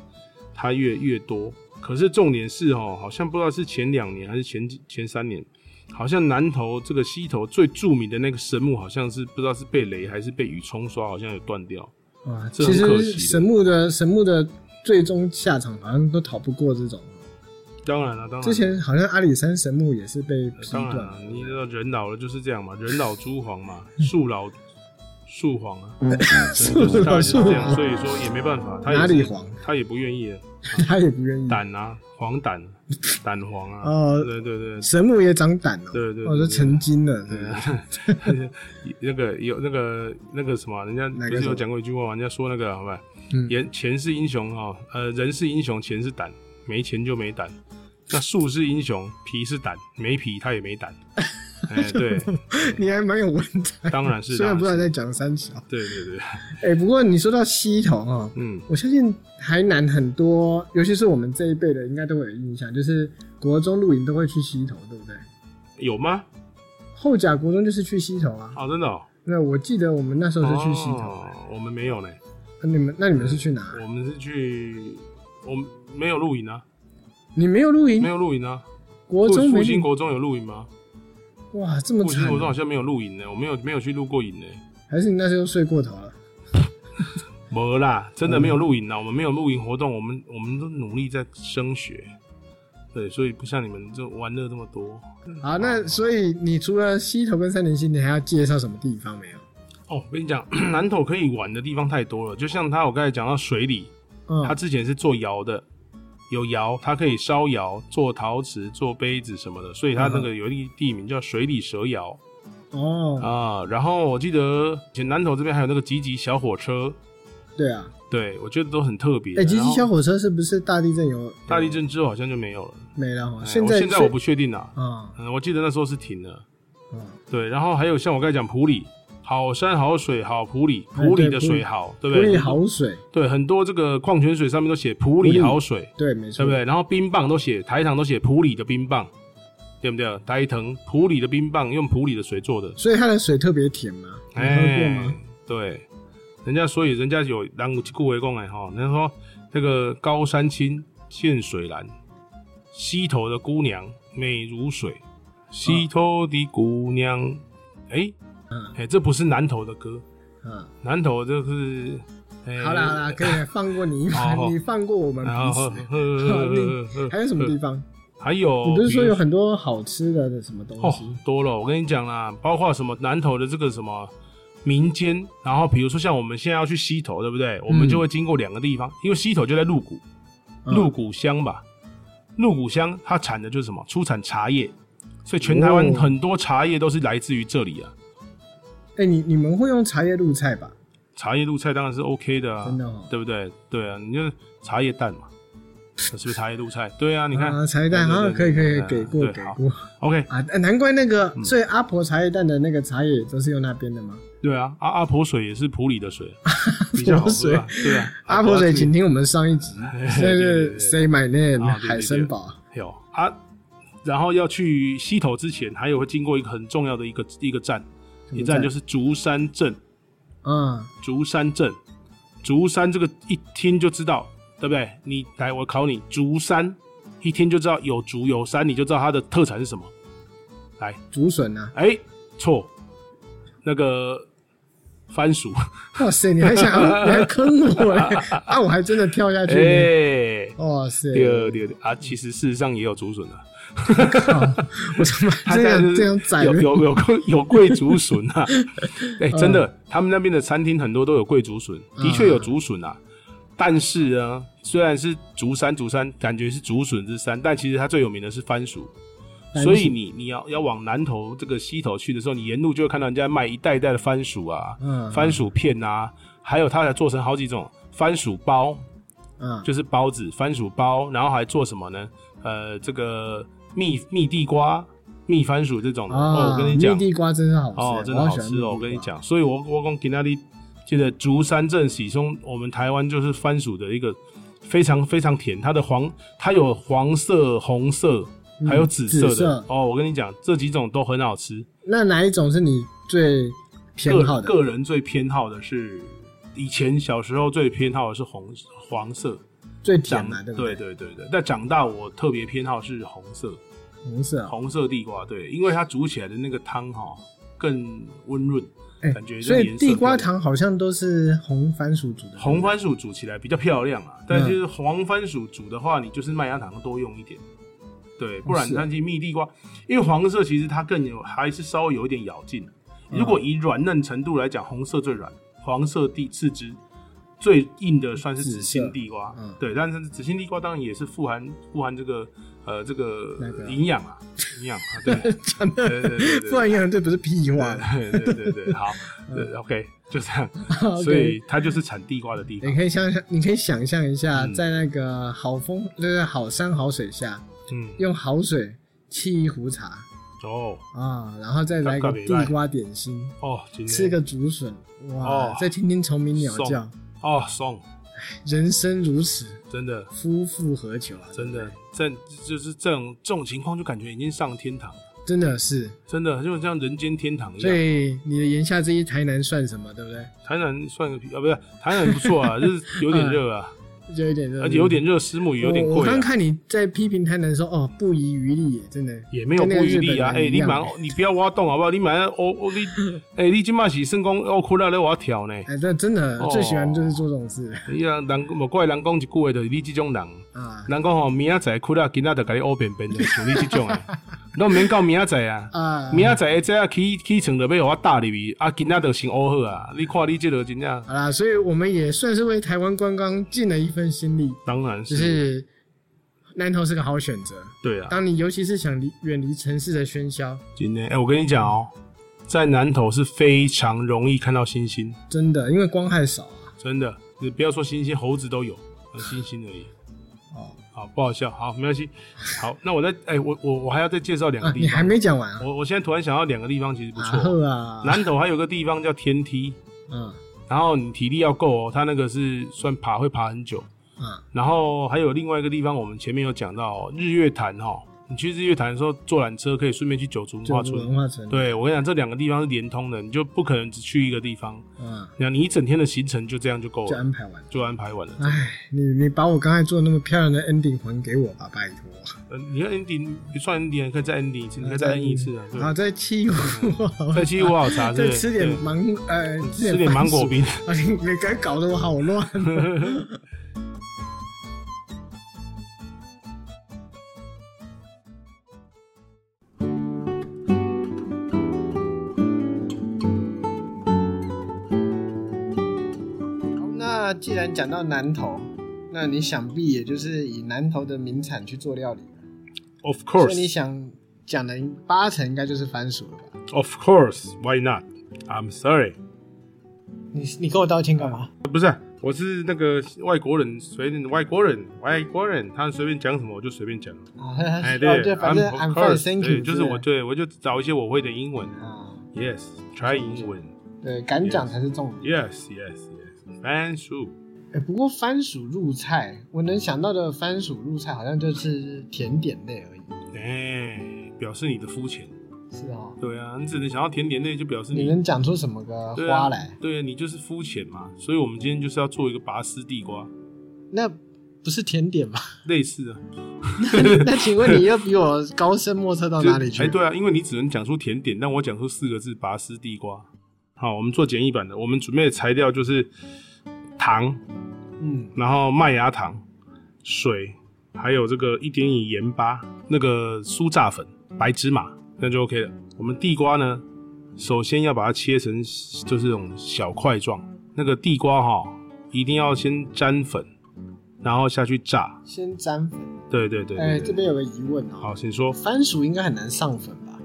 [SPEAKER 1] 它越越多。可是重点是哦，好像不知道是前两年还是前几前三年，好像南投这个溪头最著名的那个神木，好像是不知道是被雷还是被雨冲刷，好像有断掉。
[SPEAKER 2] 哇，
[SPEAKER 1] 这
[SPEAKER 2] 其
[SPEAKER 1] 很可惜
[SPEAKER 2] 实神木的神木的最终下场好像都逃不过这种。
[SPEAKER 1] 当然了、当然了
[SPEAKER 2] 之前好像阿里山神木也是被劈
[SPEAKER 1] 当然
[SPEAKER 2] 断
[SPEAKER 1] 了、
[SPEAKER 2] 了。
[SPEAKER 1] 你知道人老了就是这样嘛，人老珠黄嘛， 树老树黄啊，
[SPEAKER 2] 树
[SPEAKER 1] 就是大概
[SPEAKER 2] 老
[SPEAKER 1] 是
[SPEAKER 2] 树
[SPEAKER 1] 这样，所以说也没办法，他也是
[SPEAKER 2] 哪里黄，
[SPEAKER 1] 他也不愿意了，
[SPEAKER 2] 他也不愿意。
[SPEAKER 1] 胆啊，黄疸，胆黄啊，
[SPEAKER 2] 哦
[SPEAKER 1] 对对对，
[SPEAKER 2] 神木也长胆了、
[SPEAKER 1] 对对对
[SPEAKER 2] 我说成精了，对不对
[SPEAKER 1] 那个有那个那个什么，人家
[SPEAKER 2] 哪
[SPEAKER 1] 不是
[SPEAKER 2] 个什
[SPEAKER 1] 有
[SPEAKER 2] 么
[SPEAKER 1] 讲过一句话吗？人家说那个好吧，
[SPEAKER 2] 嗯
[SPEAKER 1] 人钱是英雄哈，呃，人是英雄，钱是胆，没钱就没胆。那树是英雄，皮是胆，没皮他也没胆。哎，对，
[SPEAKER 2] 你还蛮有文 采，
[SPEAKER 1] 当然是，
[SPEAKER 2] 虽然不知
[SPEAKER 1] 当
[SPEAKER 2] 道
[SPEAKER 1] 然是
[SPEAKER 2] 在讲三小。
[SPEAKER 1] 对对对，
[SPEAKER 2] 哎、不过你说到溪头啊、
[SPEAKER 1] 嗯。
[SPEAKER 2] 我相信台南很多，尤其是我们这一辈的，应该都会有印象，就是国中露营都会去溪头，对不对？
[SPEAKER 1] 有吗？
[SPEAKER 2] 后甲国中就是去溪头啊。
[SPEAKER 1] 啊，真的、哦，
[SPEAKER 2] 那我记得我们那时候是去欸溪头，
[SPEAKER 1] 哦我们没有呢，
[SPEAKER 2] 那你们那你们是去哪？
[SPEAKER 1] 我们是去，我们没有露营啊，
[SPEAKER 2] 你没有露营
[SPEAKER 1] 没有露营啊，
[SPEAKER 2] 国
[SPEAKER 1] 复
[SPEAKER 2] 中
[SPEAKER 1] 复
[SPEAKER 2] 没
[SPEAKER 1] 兴国中有露营吗？
[SPEAKER 2] 哇这么
[SPEAKER 1] 复兴
[SPEAKER 2] 惨啊
[SPEAKER 1] 国，中好像没有露营呢，我没有没有去露过营呢。
[SPEAKER 2] 还是你那时候睡过头了？
[SPEAKER 1] 没啦，真的没有露营啦，我们没有露营活动，我们我们都努力在升学，对，所以不像你们就玩乐这么多。哦
[SPEAKER 2] 好，那所以你除了溪头跟三联溪，你还要介绍什么地方没有？
[SPEAKER 1] 哦，我跟你讲， 南投可以玩的地方太多了，就像他我刚才讲到水里，他
[SPEAKER 2] 嗯，
[SPEAKER 1] 之前是做窑的，有窑，它可以烧窑、做陶瓷、做杯子什么的，所以它那
[SPEAKER 2] 嗯
[SPEAKER 1] 个有一个地名叫水里蛇窑
[SPEAKER 2] 哦，
[SPEAKER 1] 啊。然后我记得以前南投这边还有那个吉吉小火车，
[SPEAKER 2] 对啊，
[SPEAKER 1] 对我觉得都很特别。
[SPEAKER 2] 哎，吉
[SPEAKER 1] 然
[SPEAKER 2] 吉
[SPEAKER 1] 后
[SPEAKER 2] 小火车是不是大地震有
[SPEAKER 1] 大地震之后好像就没有了，
[SPEAKER 2] 没了哦？
[SPEAKER 1] 哎
[SPEAKER 2] 现
[SPEAKER 1] 我
[SPEAKER 2] 在
[SPEAKER 1] 现在我不确定啦、
[SPEAKER 2] 啊
[SPEAKER 1] 嗯，我记得那时候是停了。
[SPEAKER 2] 嗯
[SPEAKER 1] 对，然后还有像我刚才讲普里，好山好水好普里，
[SPEAKER 2] 哎
[SPEAKER 1] 普里
[SPEAKER 2] 对
[SPEAKER 1] 的
[SPEAKER 2] 普里
[SPEAKER 1] 水好，对
[SPEAKER 2] 普
[SPEAKER 1] 不对？
[SPEAKER 2] 里好水，
[SPEAKER 1] 对，很多这个矿泉水上面都写普里
[SPEAKER 2] 普里
[SPEAKER 1] 好水，
[SPEAKER 2] 对，没错，
[SPEAKER 1] 对不对？然后冰棒都写台糖都写普里的冰棒，对不对？台糖普里的冰棒用普里的水做的，
[SPEAKER 2] 所以它的水特别甜嘛，
[SPEAKER 1] 哎
[SPEAKER 2] 你喝过吗？
[SPEAKER 1] 对，人家所以人家有人有顾维公哎哈，人家说这个高山青见水蓝，溪头的姑娘美如水，溪头的姑娘，哎、
[SPEAKER 2] 嗯
[SPEAKER 1] 哎、这不是南投的歌，
[SPEAKER 2] 嗯，
[SPEAKER 1] 南投这是，哎
[SPEAKER 2] 好啦好啦，可以了放过你一盘
[SPEAKER 1] 好，
[SPEAKER 2] 你放过我们
[SPEAKER 1] 然后
[SPEAKER 2] 彼 此。还有什么地方？
[SPEAKER 1] 还有，
[SPEAKER 2] 你不是说
[SPEAKER 1] 比如
[SPEAKER 2] 有很多好吃的的什么东
[SPEAKER 1] 哦
[SPEAKER 2] 西？，
[SPEAKER 1] 多了。我跟你讲啦，包括什么南投的这个什么民间，然后比如说像我们现在要去溪头，对不对？我们就会经过两个地方，因为溪头就在鹿谷，
[SPEAKER 2] 嗯
[SPEAKER 1] 鹿谷乡吧。鹿谷乡它产的就是什么？出产茶叶，所以全台湾
[SPEAKER 2] 哦
[SPEAKER 1] 很多茶叶都是来自于这里啊。
[SPEAKER 2] 哎、你你们会用茶叶入菜吧？
[SPEAKER 1] 茶叶入菜当然是 OK 的啊，
[SPEAKER 2] 真的哦
[SPEAKER 1] 对不对？对啊，你就茶叶蛋嘛，是不是茶叶入菜？对啊，你看、
[SPEAKER 2] 啊，茶叶蛋啊，可
[SPEAKER 1] 对
[SPEAKER 2] 以可
[SPEAKER 1] 对，
[SPEAKER 2] 以
[SPEAKER 1] 对
[SPEAKER 2] 给过
[SPEAKER 1] 对
[SPEAKER 2] 给
[SPEAKER 1] 好
[SPEAKER 2] 过
[SPEAKER 1] OK，
[SPEAKER 2] 啊！难怪那个，
[SPEAKER 1] 嗯
[SPEAKER 2] 所以阿婆茶叶蛋的那个茶叶都是用那边的吗？
[SPEAKER 1] 对啊，阿阿婆水也是普里的 水，比较好喝啊，对啊，
[SPEAKER 2] 阿婆水，
[SPEAKER 1] 自己
[SPEAKER 2] 请听我们上一集，那
[SPEAKER 1] 对对
[SPEAKER 2] 个
[SPEAKER 1] 对
[SPEAKER 2] Say My Name
[SPEAKER 1] 啊对对对
[SPEAKER 2] 海参堡，
[SPEAKER 1] 有啊，然后要去溪头之前，还有会经过一个很重要的一个一个站，
[SPEAKER 2] 么
[SPEAKER 1] 一站
[SPEAKER 2] 站
[SPEAKER 1] 就是竹山镇。
[SPEAKER 2] 嗯，
[SPEAKER 1] 竹山镇，竹山这个一听就知道，对不对？你来，我考你，竹山一听就知道有竹有山，你就知道它的特产是什么。来，
[SPEAKER 2] 竹笋啊，
[SPEAKER 1] 哎，错，那个番 薯，
[SPEAKER 2] 哇塞，你还想 你还坑我嘞？啊，我还真的跳下去呢，
[SPEAKER 1] 哎。
[SPEAKER 2] 哇塞，
[SPEAKER 1] 第二，第二啊，其实事实上也有竹笋啊，
[SPEAKER 2] 靠我怎么
[SPEAKER 1] 它
[SPEAKER 2] 这
[SPEAKER 1] 当
[SPEAKER 2] 样
[SPEAKER 1] 然
[SPEAKER 2] 这样宰
[SPEAKER 1] 有
[SPEAKER 2] 人？嗯
[SPEAKER 1] 有有贵有贵竹笋 啊，哎、真的，他们那边的餐厅很多都有贵竹笋，的确有竹笋啊。但是呢，虽然是竹山竹山，感觉是竹笋之山，但其实它最有名的是番薯。
[SPEAKER 2] 番薯
[SPEAKER 1] 所以你你要要往南头这个西头去的时候，你沿路就会看到人家卖一袋一袋的番薯啊，
[SPEAKER 2] 嗯
[SPEAKER 1] 番薯片啊，还有它还做成好几种番薯包，
[SPEAKER 2] 嗯，
[SPEAKER 1] 就是包子、番薯包，然后还做什么呢？呃，这个蜜蜜地瓜、蜜番薯这种的。哦，
[SPEAKER 2] 啊，
[SPEAKER 1] 我跟你讲
[SPEAKER 2] 蜜，地瓜真是好吃，欸
[SPEAKER 1] 哦，真的
[SPEAKER 2] 我
[SPEAKER 1] 好
[SPEAKER 2] 喜欢
[SPEAKER 1] 吃哦！我
[SPEAKER 2] 蜜地
[SPEAKER 1] 跟你
[SPEAKER 2] 瓜，
[SPEAKER 1] 讲，所以我我讲给那里记得竹山镇喜松，我们台湾就是番薯的一个非常非常甜，它的黄它有黄色、红色，还有紫色的、
[SPEAKER 2] 紫色
[SPEAKER 1] 哦。我跟你讲，这几种都很好吃。
[SPEAKER 2] 那哪一种是你最偏好
[SPEAKER 1] 个
[SPEAKER 2] 的？
[SPEAKER 1] 个人最偏好的是，以前小时候最偏好的是红黄色，
[SPEAKER 2] 最甜
[SPEAKER 1] 长
[SPEAKER 2] 嘛，对不
[SPEAKER 1] 对对
[SPEAKER 2] 对？
[SPEAKER 1] 对对，但长大我特别偏好是红色，
[SPEAKER 2] 红色啊，
[SPEAKER 1] 红色地瓜，对，因为它煮起来的那个汤哈、更温润，
[SPEAKER 2] 哎
[SPEAKER 1] 感觉
[SPEAKER 2] 所
[SPEAKER 1] 这
[SPEAKER 2] 以
[SPEAKER 1] 颜色
[SPEAKER 2] 地瓜
[SPEAKER 1] 更
[SPEAKER 2] 糖好像都是红番薯煮的。
[SPEAKER 1] 红番薯煮起来比较漂亮
[SPEAKER 2] 嗯
[SPEAKER 1] 啊，但是黄番薯煮的话，你就是麦芽糖多用一点，对，不然
[SPEAKER 2] 是啊
[SPEAKER 1] 它其实蜜地瓜，因为黄色其实它更有还是稍微有一点咬劲。
[SPEAKER 2] 嗯
[SPEAKER 1] 如果以软嫩程度来讲，红色最软，黄色第次之。最硬的算是紫心地瓜，
[SPEAKER 2] 紫色嗯
[SPEAKER 1] 对，但是紫心地瓜当然也是富含富含这个呃这个
[SPEAKER 2] 那个
[SPEAKER 1] 营养啊，营养啊，对，
[SPEAKER 2] 真的，
[SPEAKER 1] 对对对对
[SPEAKER 2] 不然也很对，不是屁话。
[SPEAKER 1] 对对对对对，好，对，OK，就这样，
[SPEAKER 2] OK
[SPEAKER 1] 所以它就是产地瓜的地方
[SPEAKER 2] 你，可以想象，你可以想象一下，
[SPEAKER 1] 嗯
[SPEAKER 2] 在那个好风，就是好山好水下，
[SPEAKER 1] 嗯，
[SPEAKER 2] 用好水沏一壶茶
[SPEAKER 1] 哦
[SPEAKER 2] 啊，然后再来个地瓜点心，
[SPEAKER 1] 哦，今天
[SPEAKER 2] 吃个竹笋，哇，
[SPEAKER 1] 哦
[SPEAKER 2] 再听听虫鸣鸟叫
[SPEAKER 1] 爽，哦，爽，
[SPEAKER 2] 人生如此，
[SPEAKER 1] 真的，
[SPEAKER 2] 夫复何求啊！
[SPEAKER 1] 真的，这就是这种这种情况，就感觉已经上天堂了，
[SPEAKER 2] 真的是，
[SPEAKER 1] 真的就像人间天堂一
[SPEAKER 2] 所
[SPEAKER 1] 样。
[SPEAKER 2] 以你的言下之意，台南算什么，对不对？
[SPEAKER 1] 台南算个屁啊，不是台南不错啊，就是有点热啊，
[SPEAKER 2] 就有点热，
[SPEAKER 1] 而且有点热，师母也有点
[SPEAKER 2] 嗯我我
[SPEAKER 1] 贵、
[SPEAKER 2] 刚
[SPEAKER 1] 啊，
[SPEAKER 2] 看你在批评台南说哦不遗余力耶，真的
[SPEAKER 1] 也没有不余力啊。哎、
[SPEAKER 2] 跟那个日本人一
[SPEAKER 1] 你
[SPEAKER 2] 样欸
[SPEAKER 1] 蛮你不要挖洞好不好？你蛮哦哦 你，哎、你今嘛是算讲哦，哭了咧，我要跳呢。
[SPEAKER 2] 哎，这真的、
[SPEAKER 1] 哦
[SPEAKER 2] 最喜欢就是做这种事
[SPEAKER 1] 伊人人无怪人讲一句话，就是你这种人，
[SPEAKER 2] 啊
[SPEAKER 1] 人讲吼明仔载哭了，今仔就甲你乌便便的，像你这种的， 拢免到明仔载啊。
[SPEAKER 2] 啊！
[SPEAKER 1] 明仔载的这啊起起床就要互我搭入去，啊，今仔就先乌好啊！你看你这个真正，
[SPEAKER 2] 好啦，所以我们也算是为台湾观光尽了一份心力，
[SPEAKER 1] 当然
[SPEAKER 2] 就是是南投是个好选择。
[SPEAKER 1] 对啊，
[SPEAKER 2] 当你尤其是想离远离城市的喧嚣，
[SPEAKER 1] 今天哎、我跟你讲哦、在南投是非常容易看到星星，
[SPEAKER 2] 真的，因为光害少啊。
[SPEAKER 1] 真的，你不要说星星，猴子都有，呃星星而已。
[SPEAKER 2] 哦
[SPEAKER 1] 好，不好笑，好，没关系。好，那我再哎、我我我还要再介绍两个
[SPEAKER 2] 啊，
[SPEAKER 1] 地
[SPEAKER 2] 你
[SPEAKER 1] 方。
[SPEAKER 2] 还没讲完啊？
[SPEAKER 1] 我我现在突然想到两个地方其实不
[SPEAKER 2] 然
[SPEAKER 1] 错，
[SPEAKER 2] 后啊，
[SPEAKER 1] 南投还有个地方叫天梯，
[SPEAKER 2] 嗯
[SPEAKER 1] 然后你体力要够哦，它那个是算爬会爬很久。
[SPEAKER 2] 啊
[SPEAKER 1] 然后还有另外一个地方，我们前面有讲到、哦、日月潭哈、哦，你去日月潭的时候坐缆车可以顺便去九族文
[SPEAKER 2] 九
[SPEAKER 1] 化
[SPEAKER 2] 族
[SPEAKER 1] 村。
[SPEAKER 2] 文化村，
[SPEAKER 1] 对我跟你讲，这两个地方是连通的，你就不可能只去一个地方。
[SPEAKER 2] 嗯，
[SPEAKER 1] 那你一整天的行程就这样就够
[SPEAKER 2] 就
[SPEAKER 1] 了，
[SPEAKER 2] 安排完了。
[SPEAKER 1] 就安排完了。
[SPEAKER 2] 哎，你你把我刚才做那么漂亮的 ending 还给我吧，拜托。
[SPEAKER 1] 呃，你要 ending 不算 ending，可以再 ending 一次，你可以再 ending 一次啊。对
[SPEAKER 2] 好，再欺负我，
[SPEAKER 1] 再去我好茶，
[SPEAKER 2] 再
[SPEAKER 1] 啊对，
[SPEAKER 2] 吃点
[SPEAKER 1] 对
[SPEAKER 2] 芒，呃，
[SPEAKER 1] 吃点芒果
[SPEAKER 2] 冰。
[SPEAKER 1] 冰。
[SPEAKER 2] 啊，你你敢搞得我 好乱。好，那既然讲到南投，那你想必也就是以南投的名产去做料理，
[SPEAKER 1] Of
[SPEAKER 2] 所以你
[SPEAKER 1] course,
[SPEAKER 2] 想讲的八成应该就是番薯了吧？
[SPEAKER 1] of course, why not? I'm sorry，
[SPEAKER 2] 你你跟我道歉干嘛？
[SPEAKER 1] 不是啊、我是那个外国人，随便外国人，外国人，他随便讲什么我就随便讲。
[SPEAKER 2] 啊，
[SPEAKER 1] 哎，
[SPEAKER 2] 哦对，反正
[SPEAKER 1] I'm
[SPEAKER 2] I'm
[SPEAKER 1] of
[SPEAKER 2] fine,
[SPEAKER 1] course，
[SPEAKER 2] thank
[SPEAKER 1] 对，
[SPEAKER 2] you，
[SPEAKER 1] 就是我，对我就找一些我会的英文
[SPEAKER 2] 啊，
[SPEAKER 1] ，yes，try 英文
[SPEAKER 2] 对，敢讲才是重点。
[SPEAKER 1] ，yes，yes，yes，番薯，
[SPEAKER 2] 哎，不过番薯入菜，我能想到的番薯入菜好像就是甜点类而已。
[SPEAKER 1] 哎，表示你的肤浅，
[SPEAKER 2] 是哦，
[SPEAKER 1] 对啊，你只能想要甜点类，就表示
[SPEAKER 2] 你能讲出什么个
[SPEAKER 1] 嗯对啊
[SPEAKER 2] 花来？
[SPEAKER 1] 对啊，你就是肤浅嘛，所以我们今天就是要做一个拔丝地瓜，
[SPEAKER 2] 那不是甜点 吧？
[SPEAKER 1] 类似啊，
[SPEAKER 2] 那 请问你要比我高深莫测到
[SPEAKER 1] 就
[SPEAKER 2] 哪里去？
[SPEAKER 1] 哎，对啊，因为你只能讲出甜点，但我讲出四个字：拔丝地瓜。好，我们做简易版的，我们准备的材料就是糖，
[SPEAKER 2] 嗯，
[SPEAKER 1] 然后麦芽糖、水，还有这个一点点盐巴、那个酥炸粉、白芝麻，那就 OK 了。我们地瓜呢，首先要把它切成就是这种小块状。那个地瓜哈，一定要先沾粉，然后下去炸。
[SPEAKER 2] 先沾粉。
[SPEAKER 1] 对对对对
[SPEAKER 2] 哎，这
[SPEAKER 1] 对。
[SPEAKER 2] 边有个疑问啊，
[SPEAKER 1] 好，请说。
[SPEAKER 2] 番薯应该很难上粉吧？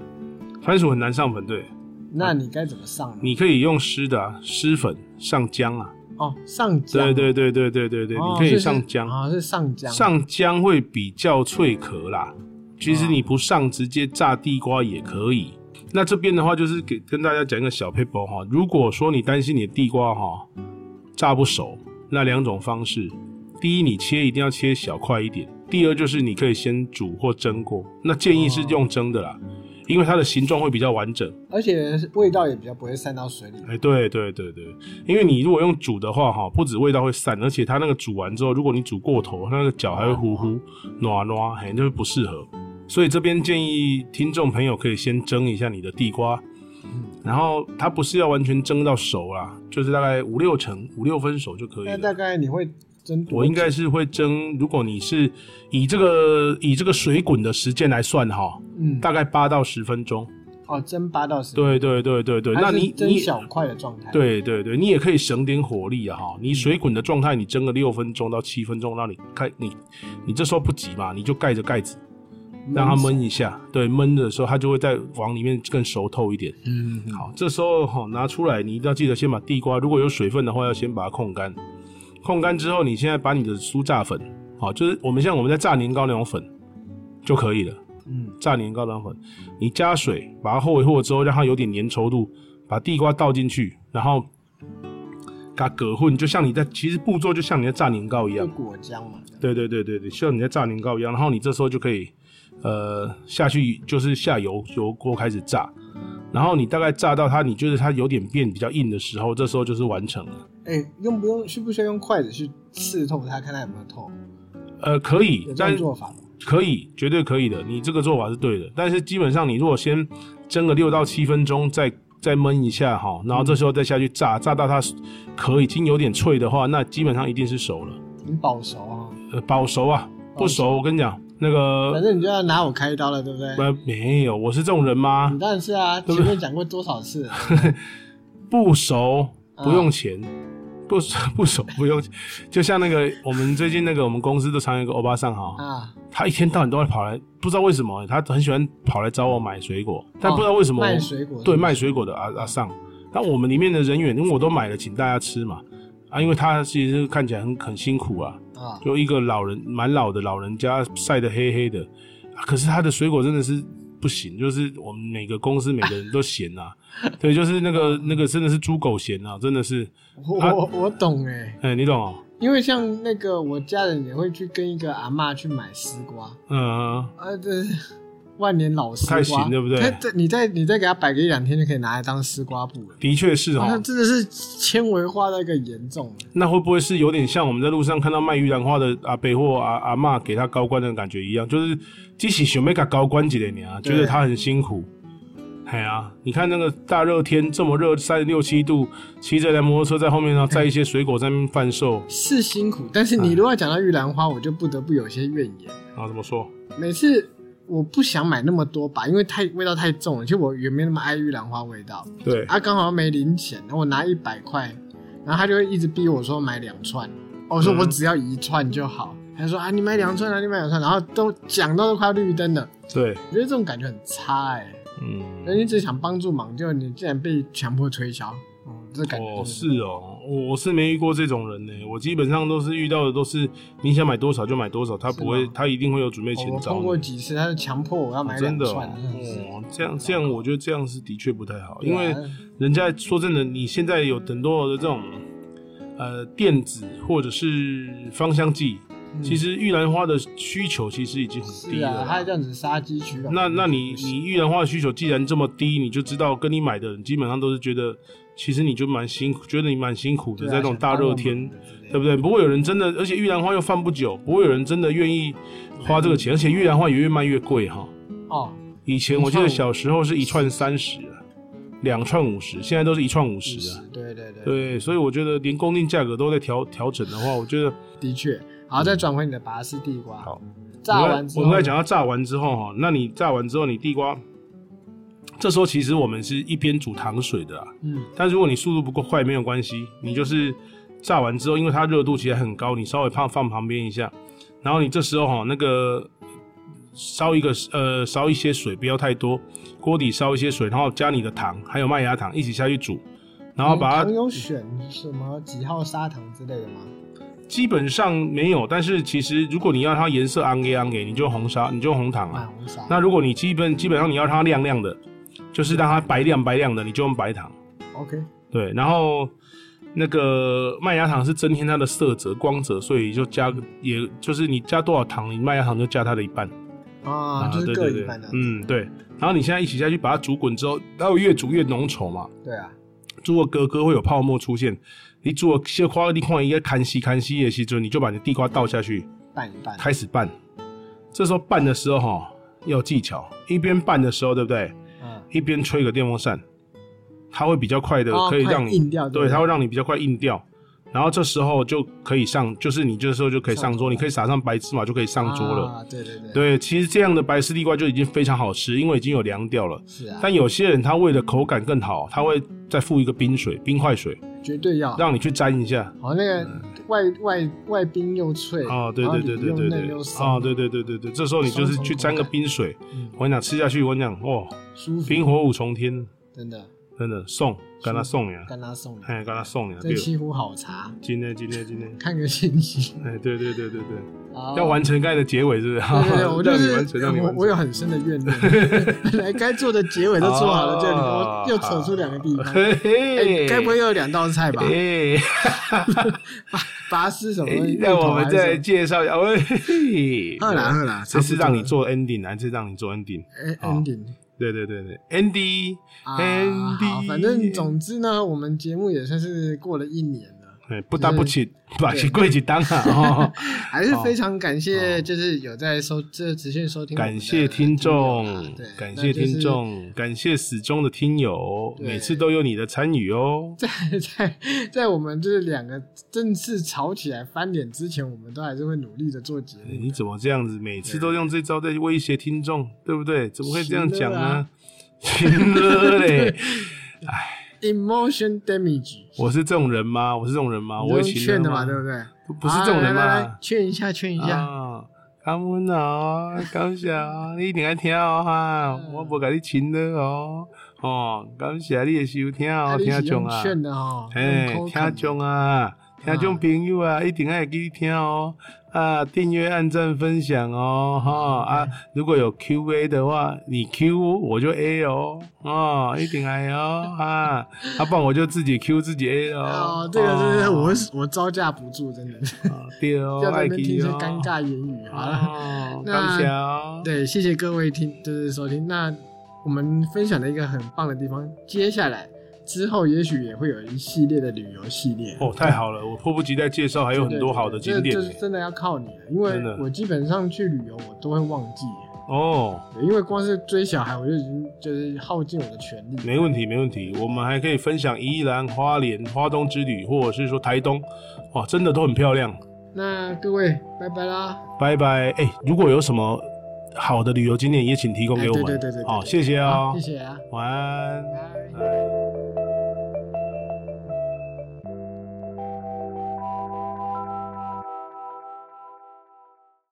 [SPEAKER 1] 番薯很难上粉，对，
[SPEAKER 2] 那你该怎么上呢？
[SPEAKER 1] 啊你可以用湿的、啊、湿粉上浆啊。
[SPEAKER 2] 哦，上
[SPEAKER 1] 对对
[SPEAKER 2] 浆。
[SPEAKER 1] 对对对对对，
[SPEAKER 2] 哦
[SPEAKER 1] 你可以
[SPEAKER 2] 是
[SPEAKER 1] 上
[SPEAKER 2] 是
[SPEAKER 1] 浆。
[SPEAKER 2] 啊，是上浆。
[SPEAKER 1] 上浆会比较脆壳啦。其实你不上，直接炸地瓜也可以。那这边的话，就是给跟大家讲一个小 paper 哈。如果说你担心你的地瓜哈炸不熟，那两种方式：第一，你切一定要切小块一点；第二，就是你可以先煮或蒸过。那建议是用蒸的啦，因为它的形状会比较完整。
[SPEAKER 2] 而且味道也比较不会散到水里。
[SPEAKER 1] 哎，对对对对，因为你如果用煮的话，哈，不止味道会散，而且它那个煮完之后，如果你煮过头，它那个脚还会糊糊、软软，嘿，那就不适合。所以这边建议听众朋友可以先蒸一下你的地瓜，
[SPEAKER 2] 嗯
[SPEAKER 1] 然后它不是要完全蒸到熟啦，就是大概五六成、五六分熟就可以
[SPEAKER 2] 那
[SPEAKER 1] 了。
[SPEAKER 2] 大概你会蒸多
[SPEAKER 1] 我
[SPEAKER 2] 久
[SPEAKER 1] 应该是会蒸，如果你是以这个以这个水滚的时间来算哈，
[SPEAKER 2] 嗯
[SPEAKER 1] 大概八到十分钟。
[SPEAKER 2] 哦蒸八到十，，
[SPEAKER 1] 对对对对对，那你
[SPEAKER 2] 蒸
[SPEAKER 1] 你
[SPEAKER 2] 小块的状态，，
[SPEAKER 1] 对对对，你也可以省点火力啊哈。你水滚的状态，你蒸个六分钟到七分钟，让你开你你这时候不急嘛，你就盖着盖子
[SPEAKER 2] 嗯
[SPEAKER 1] 让它焖一下。对，焖的时候它就会再往里面更熟透一点。
[SPEAKER 2] 嗯，
[SPEAKER 1] 好，这时候哈、拿出来，你一定要记得先把地瓜，如果有水分的话，要先把它控干。控干之后，你现在把你的酥炸粉，好，就是我们像我们在炸年糕那种粉就可以了。
[SPEAKER 2] 嗯，
[SPEAKER 1] 炸年糕那种粉，你加水把它和一和之后，让它有点粘稠度，把地瓜倒进去，然后嘎葛混，就像你在其实步骤就像你在炸年糕一
[SPEAKER 2] 就
[SPEAKER 1] 样。
[SPEAKER 2] 果浆嘛，
[SPEAKER 1] 对对对对对，像你在炸年糕一样，然后你这时候就可以，呃，下去就是下油油锅开始炸，然后你大概炸到它，你就是它有点变比较硬的时候，这时候就是完成了。
[SPEAKER 2] 哎、用不用需不需要用筷子去刺透它，看它有没有透？
[SPEAKER 1] 呃，可以
[SPEAKER 2] 有，这
[SPEAKER 1] 但
[SPEAKER 2] 种做法吗？
[SPEAKER 1] 可以，绝对可以的。你这个做法是对的，但是基本上你如果先蒸个六到七分钟，再再焖一下哈，然后这时候再下去炸，炸到它壳已经有点脆的话，那基本上一定是熟了。
[SPEAKER 2] 很保熟啊，
[SPEAKER 1] 呃，保熟啊，不熟我跟你讲，那
[SPEAKER 2] 反
[SPEAKER 1] 个
[SPEAKER 2] 正你就要拿我开刀了，对不对？
[SPEAKER 1] 呃没有，我是这种人吗
[SPEAKER 2] 你？当然是啊，前面讲过多少次了？
[SPEAKER 1] 不熟不用钱，不熟不熟不用钱，就像那个我们最近那个我们公司都常有一个欧巴桑哈，
[SPEAKER 2] 啊，
[SPEAKER 1] 他一天到晚都会跑来，不知道为什么，他很喜欢跑来找我买水果， 但不知道为什么我、
[SPEAKER 2] 哦卖水果
[SPEAKER 1] 对卖水果的阿阿尚，那我们里面的人员，因为我都买了请大家吃嘛，啊，因为他其实看起来很很辛苦啊，
[SPEAKER 2] 啊，
[SPEAKER 1] 就一个老人蛮老的老人家晒得黑黑的、啊可是他的水果真的是不行，就是我们每个公司每个人都咸啊， 对，就是那个那个真的是猪狗咸啊，真的是，
[SPEAKER 2] 我
[SPEAKER 1] 啊
[SPEAKER 2] 我我懂哎、
[SPEAKER 1] 哎、你懂哦，
[SPEAKER 2] 因为像那个我家人也会去跟一个阿嬷去买丝瓜，
[SPEAKER 1] 嗯、
[SPEAKER 2] 啊，这是万年老丝瓜，
[SPEAKER 1] 太行对不对
[SPEAKER 2] 它这你再你再给它摆个一两天，就可以拿来当丝瓜布了。
[SPEAKER 1] 的确是哦
[SPEAKER 2] 哇，它真的是纤维化到一个严重了，
[SPEAKER 1] 那会不会是有点像我们在路上看到卖玉兰花的阿伯或阿阿嬷给他高官的感觉一样？就是只是想要给高官一点啊，
[SPEAKER 2] 对
[SPEAKER 1] 觉得他很辛苦。哎呀，你看那个大热天这么热，三十六七度，骑着台摩托车在后面，然后载一些水果在那边贩售，
[SPEAKER 2] 是辛苦。但是你如果讲到玉兰花，我就不得不有些怨言。
[SPEAKER 1] 然后怎么说？
[SPEAKER 2] 每次我不想买那么多把，因为太味道太重了。其实我也没那么爱玉兰花味道，
[SPEAKER 1] 对，
[SPEAKER 2] 啊，刚好没零钱，然后我拿一百块，然后他就会一直逼我说买两串，哦我说
[SPEAKER 1] 嗯
[SPEAKER 2] 我只要一串就好。他说啊，你买两串啊，你买两串，然后都讲到都快要绿灯了，
[SPEAKER 1] 对，
[SPEAKER 2] 我觉得这种感觉很差哎、欸。那
[SPEAKER 1] 嗯，
[SPEAKER 2] 你只想帮助忙，就你竟然被强迫推销，嗯，这感觉
[SPEAKER 1] 哦，
[SPEAKER 2] 就是
[SPEAKER 1] 哦，我我是没遇过这种人呢、我基本上都是遇到的都是你想买多少就买多少，他不
[SPEAKER 2] 是
[SPEAKER 1] 会
[SPEAKER 2] 吗，
[SPEAKER 1] 他一定会有准备钱
[SPEAKER 2] 哦我
[SPEAKER 1] 找
[SPEAKER 2] 碰
[SPEAKER 1] 你。
[SPEAKER 2] 过几次，他就强迫我要买
[SPEAKER 1] 真
[SPEAKER 2] 两
[SPEAKER 1] 的
[SPEAKER 2] 串，
[SPEAKER 1] 哦
[SPEAKER 2] 真的是，
[SPEAKER 1] 哦这样这样，我觉得这样是的确不太好，因为
[SPEAKER 2] 对啊
[SPEAKER 1] 人家说真的，你现在有很多的这种呃电子或者是芳香剂，其实玉兰花的需求其实已经很低
[SPEAKER 2] 嗯是啊，嗯
[SPEAKER 1] 了
[SPEAKER 2] 他
[SPEAKER 1] 啦。
[SPEAKER 2] 这样子杀鸡取卵。
[SPEAKER 1] 那那你
[SPEAKER 2] 不行
[SPEAKER 1] 你玉兰花的需求既然这么低，你就知道跟你买的人基本上都是觉得，其实你就蛮辛苦，觉得你蛮辛苦的，
[SPEAKER 2] 对啊
[SPEAKER 1] 在这种大热天，对不
[SPEAKER 2] 对？
[SPEAKER 1] 对？不会有人真的，而且玉兰花又放不久，不会有人真的愿意花这个钱，而且玉兰花也越卖越贵哈。
[SPEAKER 2] 哦，
[SPEAKER 1] 以前我记得小时候是一串三十、啊，两串五十，现在都是一串五十啊。
[SPEAKER 2] 嗯是，对对对，
[SPEAKER 1] 对，所以我觉得连供应价格都在调调整的话，我觉得
[SPEAKER 2] 的确。好，再转回你的拔丝地瓜。
[SPEAKER 1] 好，
[SPEAKER 2] 炸
[SPEAKER 1] 我们
[SPEAKER 2] 完之
[SPEAKER 1] 我
[SPEAKER 2] 后，
[SPEAKER 1] 们在讲到炸完之后哈，那你炸完之后，你地瓜，这时候其实我们是一边煮糖水的啊，
[SPEAKER 2] 嗯，
[SPEAKER 1] 但如果你速度不够快没有关系，你就是炸完之后，因为它热度其实很高，你稍微放放旁边一下，然后你这时候哈那个烧一个呃烧一些水，不要太多，锅底烧一些水，然后加你的糖还有麦芽糖一起下去煮，然后把它
[SPEAKER 2] 你有选什么几号砂糖之类的吗？
[SPEAKER 1] 基本上没有，但是其实如果你要它颜色昂给昂给，你就红砂，你就红糖
[SPEAKER 2] 买
[SPEAKER 1] 啊。
[SPEAKER 2] 红砂。
[SPEAKER 1] 那如果你基本基本上你要它亮亮的，就是让它白亮白亮的，你就用白糖。
[SPEAKER 2] OK，
[SPEAKER 1] 对，然后那个麦芽糖是增添它的色泽、光泽，所以就加，也就是你加多少糖，你麦芽糖就加它的一半
[SPEAKER 2] 啊，就是
[SPEAKER 1] 对
[SPEAKER 2] 各
[SPEAKER 1] 对
[SPEAKER 2] 一
[SPEAKER 1] 对
[SPEAKER 2] 半的，。
[SPEAKER 1] 嗯，对。然后你现在一起下去把它煮滚之后，它会越煮越浓稠嘛，
[SPEAKER 2] 对啊，
[SPEAKER 1] 煮的格格会有泡沫出现。你煮的小块，你看一个看稀看稀的时阵，你就把你的地瓜倒下去，
[SPEAKER 2] 拌一拌。
[SPEAKER 1] 开始拌。这时候拌的时候哈，要有技巧，一边拌的时候，对不对？
[SPEAKER 2] 嗯，
[SPEAKER 1] 一边吹个电风扇，它会比较快的，
[SPEAKER 2] 哦
[SPEAKER 1] 可以
[SPEAKER 2] 快
[SPEAKER 1] 让你
[SPEAKER 2] 硬掉对不
[SPEAKER 1] 对，它
[SPEAKER 2] 对
[SPEAKER 1] 会让你比较快硬掉。然后这时候就可以上，就是你这时候就可以上
[SPEAKER 2] 上桌
[SPEAKER 1] 桌，你可以撒上白芝麻就可以上桌了。
[SPEAKER 2] 啊。对对对，
[SPEAKER 1] 对，其实这样的白丝地瓜就已经非常好吃，因为已经有凉掉了。
[SPEAKER 2] 是啊，
[SPEAKER 1] 但有些人他为了口感更好，他会再附一个冰水、冰块水，
[SPEAKER 2] 绝对要。
[SPEAKER 1] 让你去沾一下。
[SPEAKER 2] 哦，那个外外外冰又脆，
[SPEAKER 1] 哦，对
[SPEAKER 2] 然后
[SPEAKER 1] 对对
[SPEAKER 2] 里
[SPEAKER 1] 对
[SPEAKER 2] 又
[SPEAKER 1] 对
[SPEAKER 2] 嫩
[SPEAKER 1] 对
[SPEAKER 2] 又，松
[SPEAKER 1] 哦，对对对对对，这时候你就是去沾个冰水
[SPEAKER 2] 嗯，
[SPEAKER 1] 我跟你讲，吃下去，我跟你讲，哦，
[SPEAKER 2] 舒服，
[SPEAKER 1] 冰火五重天，
[SPEAKER 2] 真的，
[SPEAKER 1] 真的送，跟他送呀，
[SPEAKER 2] 干拉送的，
[SPEAKER 1] 哎，跟他送呀，
[SPEAKER 2] 在
[SPEAKER 1] 对。
[SPEAKER 2] 西湖好茶，
[SPEAKER 1] 今天，今天，今 天，
[SPEAKER 2] 看个星 星，
[SPEAKER 1] 哎，对对对对对，
[SPEAKER 2] 啊
[SPEAKER 1] 要。完成盖的结尾是不是？
[SPEAKER 2] 对 对对，我就
[SPEAKER 1] 让你完成，
[SPEAKER 2] 是
[SPEAKER 1] 让你
[SPEAKER 2] 我
[SPEAKER 1] 完成。
[SPEAKER 2] 我有很深的怨 念，本来该做的结尾都做好了，就
[SPEAKER 1] 啊
[SPEAKER 2] 我又扯出两个地方，
[SPEAKER 1] 嘿
[SPEAKER 2] 哎
[SPEAKER 1] 嘿，
[SPEAKER 2] 该不会又有两道菜吧？
[SPEAKER 1] 哎，
[SPEAKER 2] 拔丝什么东西？
[SPEAKER 1] 那我们再来
[SPEAKER 2] 芋头
[SPEAKER 1] 介绍一下。喂，嘿
[SPEAKER 2] 还是什么。喝啦喝啦，
[SPEAKER 1] 这是让你
[SPEAKER 2] 差
[SPEAKER 1] 做 ending，还是让你做 ending？
[SPEAKER 2] 不多
[SPEAKER 1] 哦
[SPEAKER 2] 了哎 ending
[SPEAKER 1] 对对对对，Andy，
[SPEAKER 2] 啊，
[SPEAKER 1] Andy
[SPEAKER 2] 好，反正总之呢，我们节目也算是过了一年了。
[SPEAKER 1] 哎，不打不起，把起贵起当啊！ 哦，
[SPEAKER 2] 还是非常感谢，就是有在收这持续收听我们
[SPEAKER 1] 感
[SPEAKER 2] 的友啊，
[SPEAKER 1] 谢听众
[SPEAKER 2] 对，，
[SPEAKER 1] 感谢听众，感谢始终的听友，
[SPEAKER 2] 对
[SPEAKER 1] 每次都有你的参与哦。
[SPEAKER 2] 那就是 在在在我们就是两个正式吵起来翻脸之前，我们都还是会努力的做节
[SPEAKER 1] 哎
[SPEAKER 2] 目
[SPEAKER 1] 你。怎么这样子？每次都用这招在威胁听众，对不对？怎么会这样讲呢？ 行了嘞，
[SPEAKER 2] Emotion damage，
[SPEAKER 1] 我是这种人吗？我是这种人吗？
[SPEAKER 2] 你
[SPEAKER 1] 我
[SPEAKER 2] 都
[SPEAKER 1] 会
[SPEAKER 2] 用
[SPEAKER 1] 行
[SPEAKER 2] 劝的嘛，
[SPEAKER 1] 吗？
[SPEAKER 2] 对不对？
[SPEAKER 1] 不不是这种人
[SPEAKER 2] 啊来来来
[SPEAKER 1] 吗？
[SPEAKER 2] 劝一下，劝一下。
[SPEAKER 1] 啊，感恩哦，感谢哦，你一定要听哦哈，
[SPEAKER 2] 嗯
[SPEAKER 1] 我无甲你请了哦，哦，感谢你的收听
[SPEAKER 2] 啊
[SPEAKER 1] 哦，
[SPEAKER 2] 你是
[SPEAKER 1] 听众啊，
[SPEAKER 2] 劝的哦，
[SPEAKER 1] 哎，
[SPEAKER 2] 用口
[SPEAKER 1] 听
[SPEAKER 2] 感
[SPEAKER 1] 众啊，听众朋友啊，一定要记听哦，啊，订阅、按赞、分享哦，哈啊，如果有 Q&A 的话，你 Q 我就 A 哦，哦，一定来哦，啊，啊，不然我就自己 Q 自己 A 哦
[SPEAKER 2] 哦，，这个真是
[SPEAKER 1] 哦
[SPEAKER 2] 我我招架不住，真的，
[SPEAKER 1] 啊对哦，
[SPEAKER 2] 要在
[SPEAKER 1] 爱
[SPEAKER 2] 那边听一
[SPEAKER 1] 听
[SPEAKER 2] 些
[SPEAKER 1] 哦，
[SPEAKER 2] 尴尬言语。好了，
[SPEAKER 1] 哦，
[SPEAKER 2] 那
[SPEAKER 1] 感谢哦。
[SPEAKER 2] 对，谢谢各位听，就是收听。那我们分享了一个很棒的地方，接下来之后也许也会有一系列的旅游系列。
[SPEAKER 1] 哦，太好了，我迫不及待介绍还有很多好的景点
[SPEAKER 2] 这
[SPEAKER 1] 呢
[SPEAKER 2] 这是真的要靠你了，因为
[SPEAKER 1] 真的
[SPEAKER 2] 我基本上去旅游我都会忘记，
[SPEAKER 1] 哦，
[SPEAKER 2] 对因为光是追小孩我就已经就是耗尽我的全力。
[SPEAKER 1] 没问题，没问题。我们还可以分享宜兰、花莲、花东之旅，或者是说台东，哇，真的都很漂亮。
[SPEAKER 2] 那各位拜拜啦，
[SPEAKER 1] 拜拜，哎、如果有什么好的旅游景点，也请提供给我们。
[SPEAKER 2] 哎对对对对对
[SPEAKER 1] 好，谢谢哦
[SPEAKER 2] 谢，谢啊，
[SPEAKER 1] 晚安。
[SPEAKER 2] 拜。
[SPEAKER 1] 拜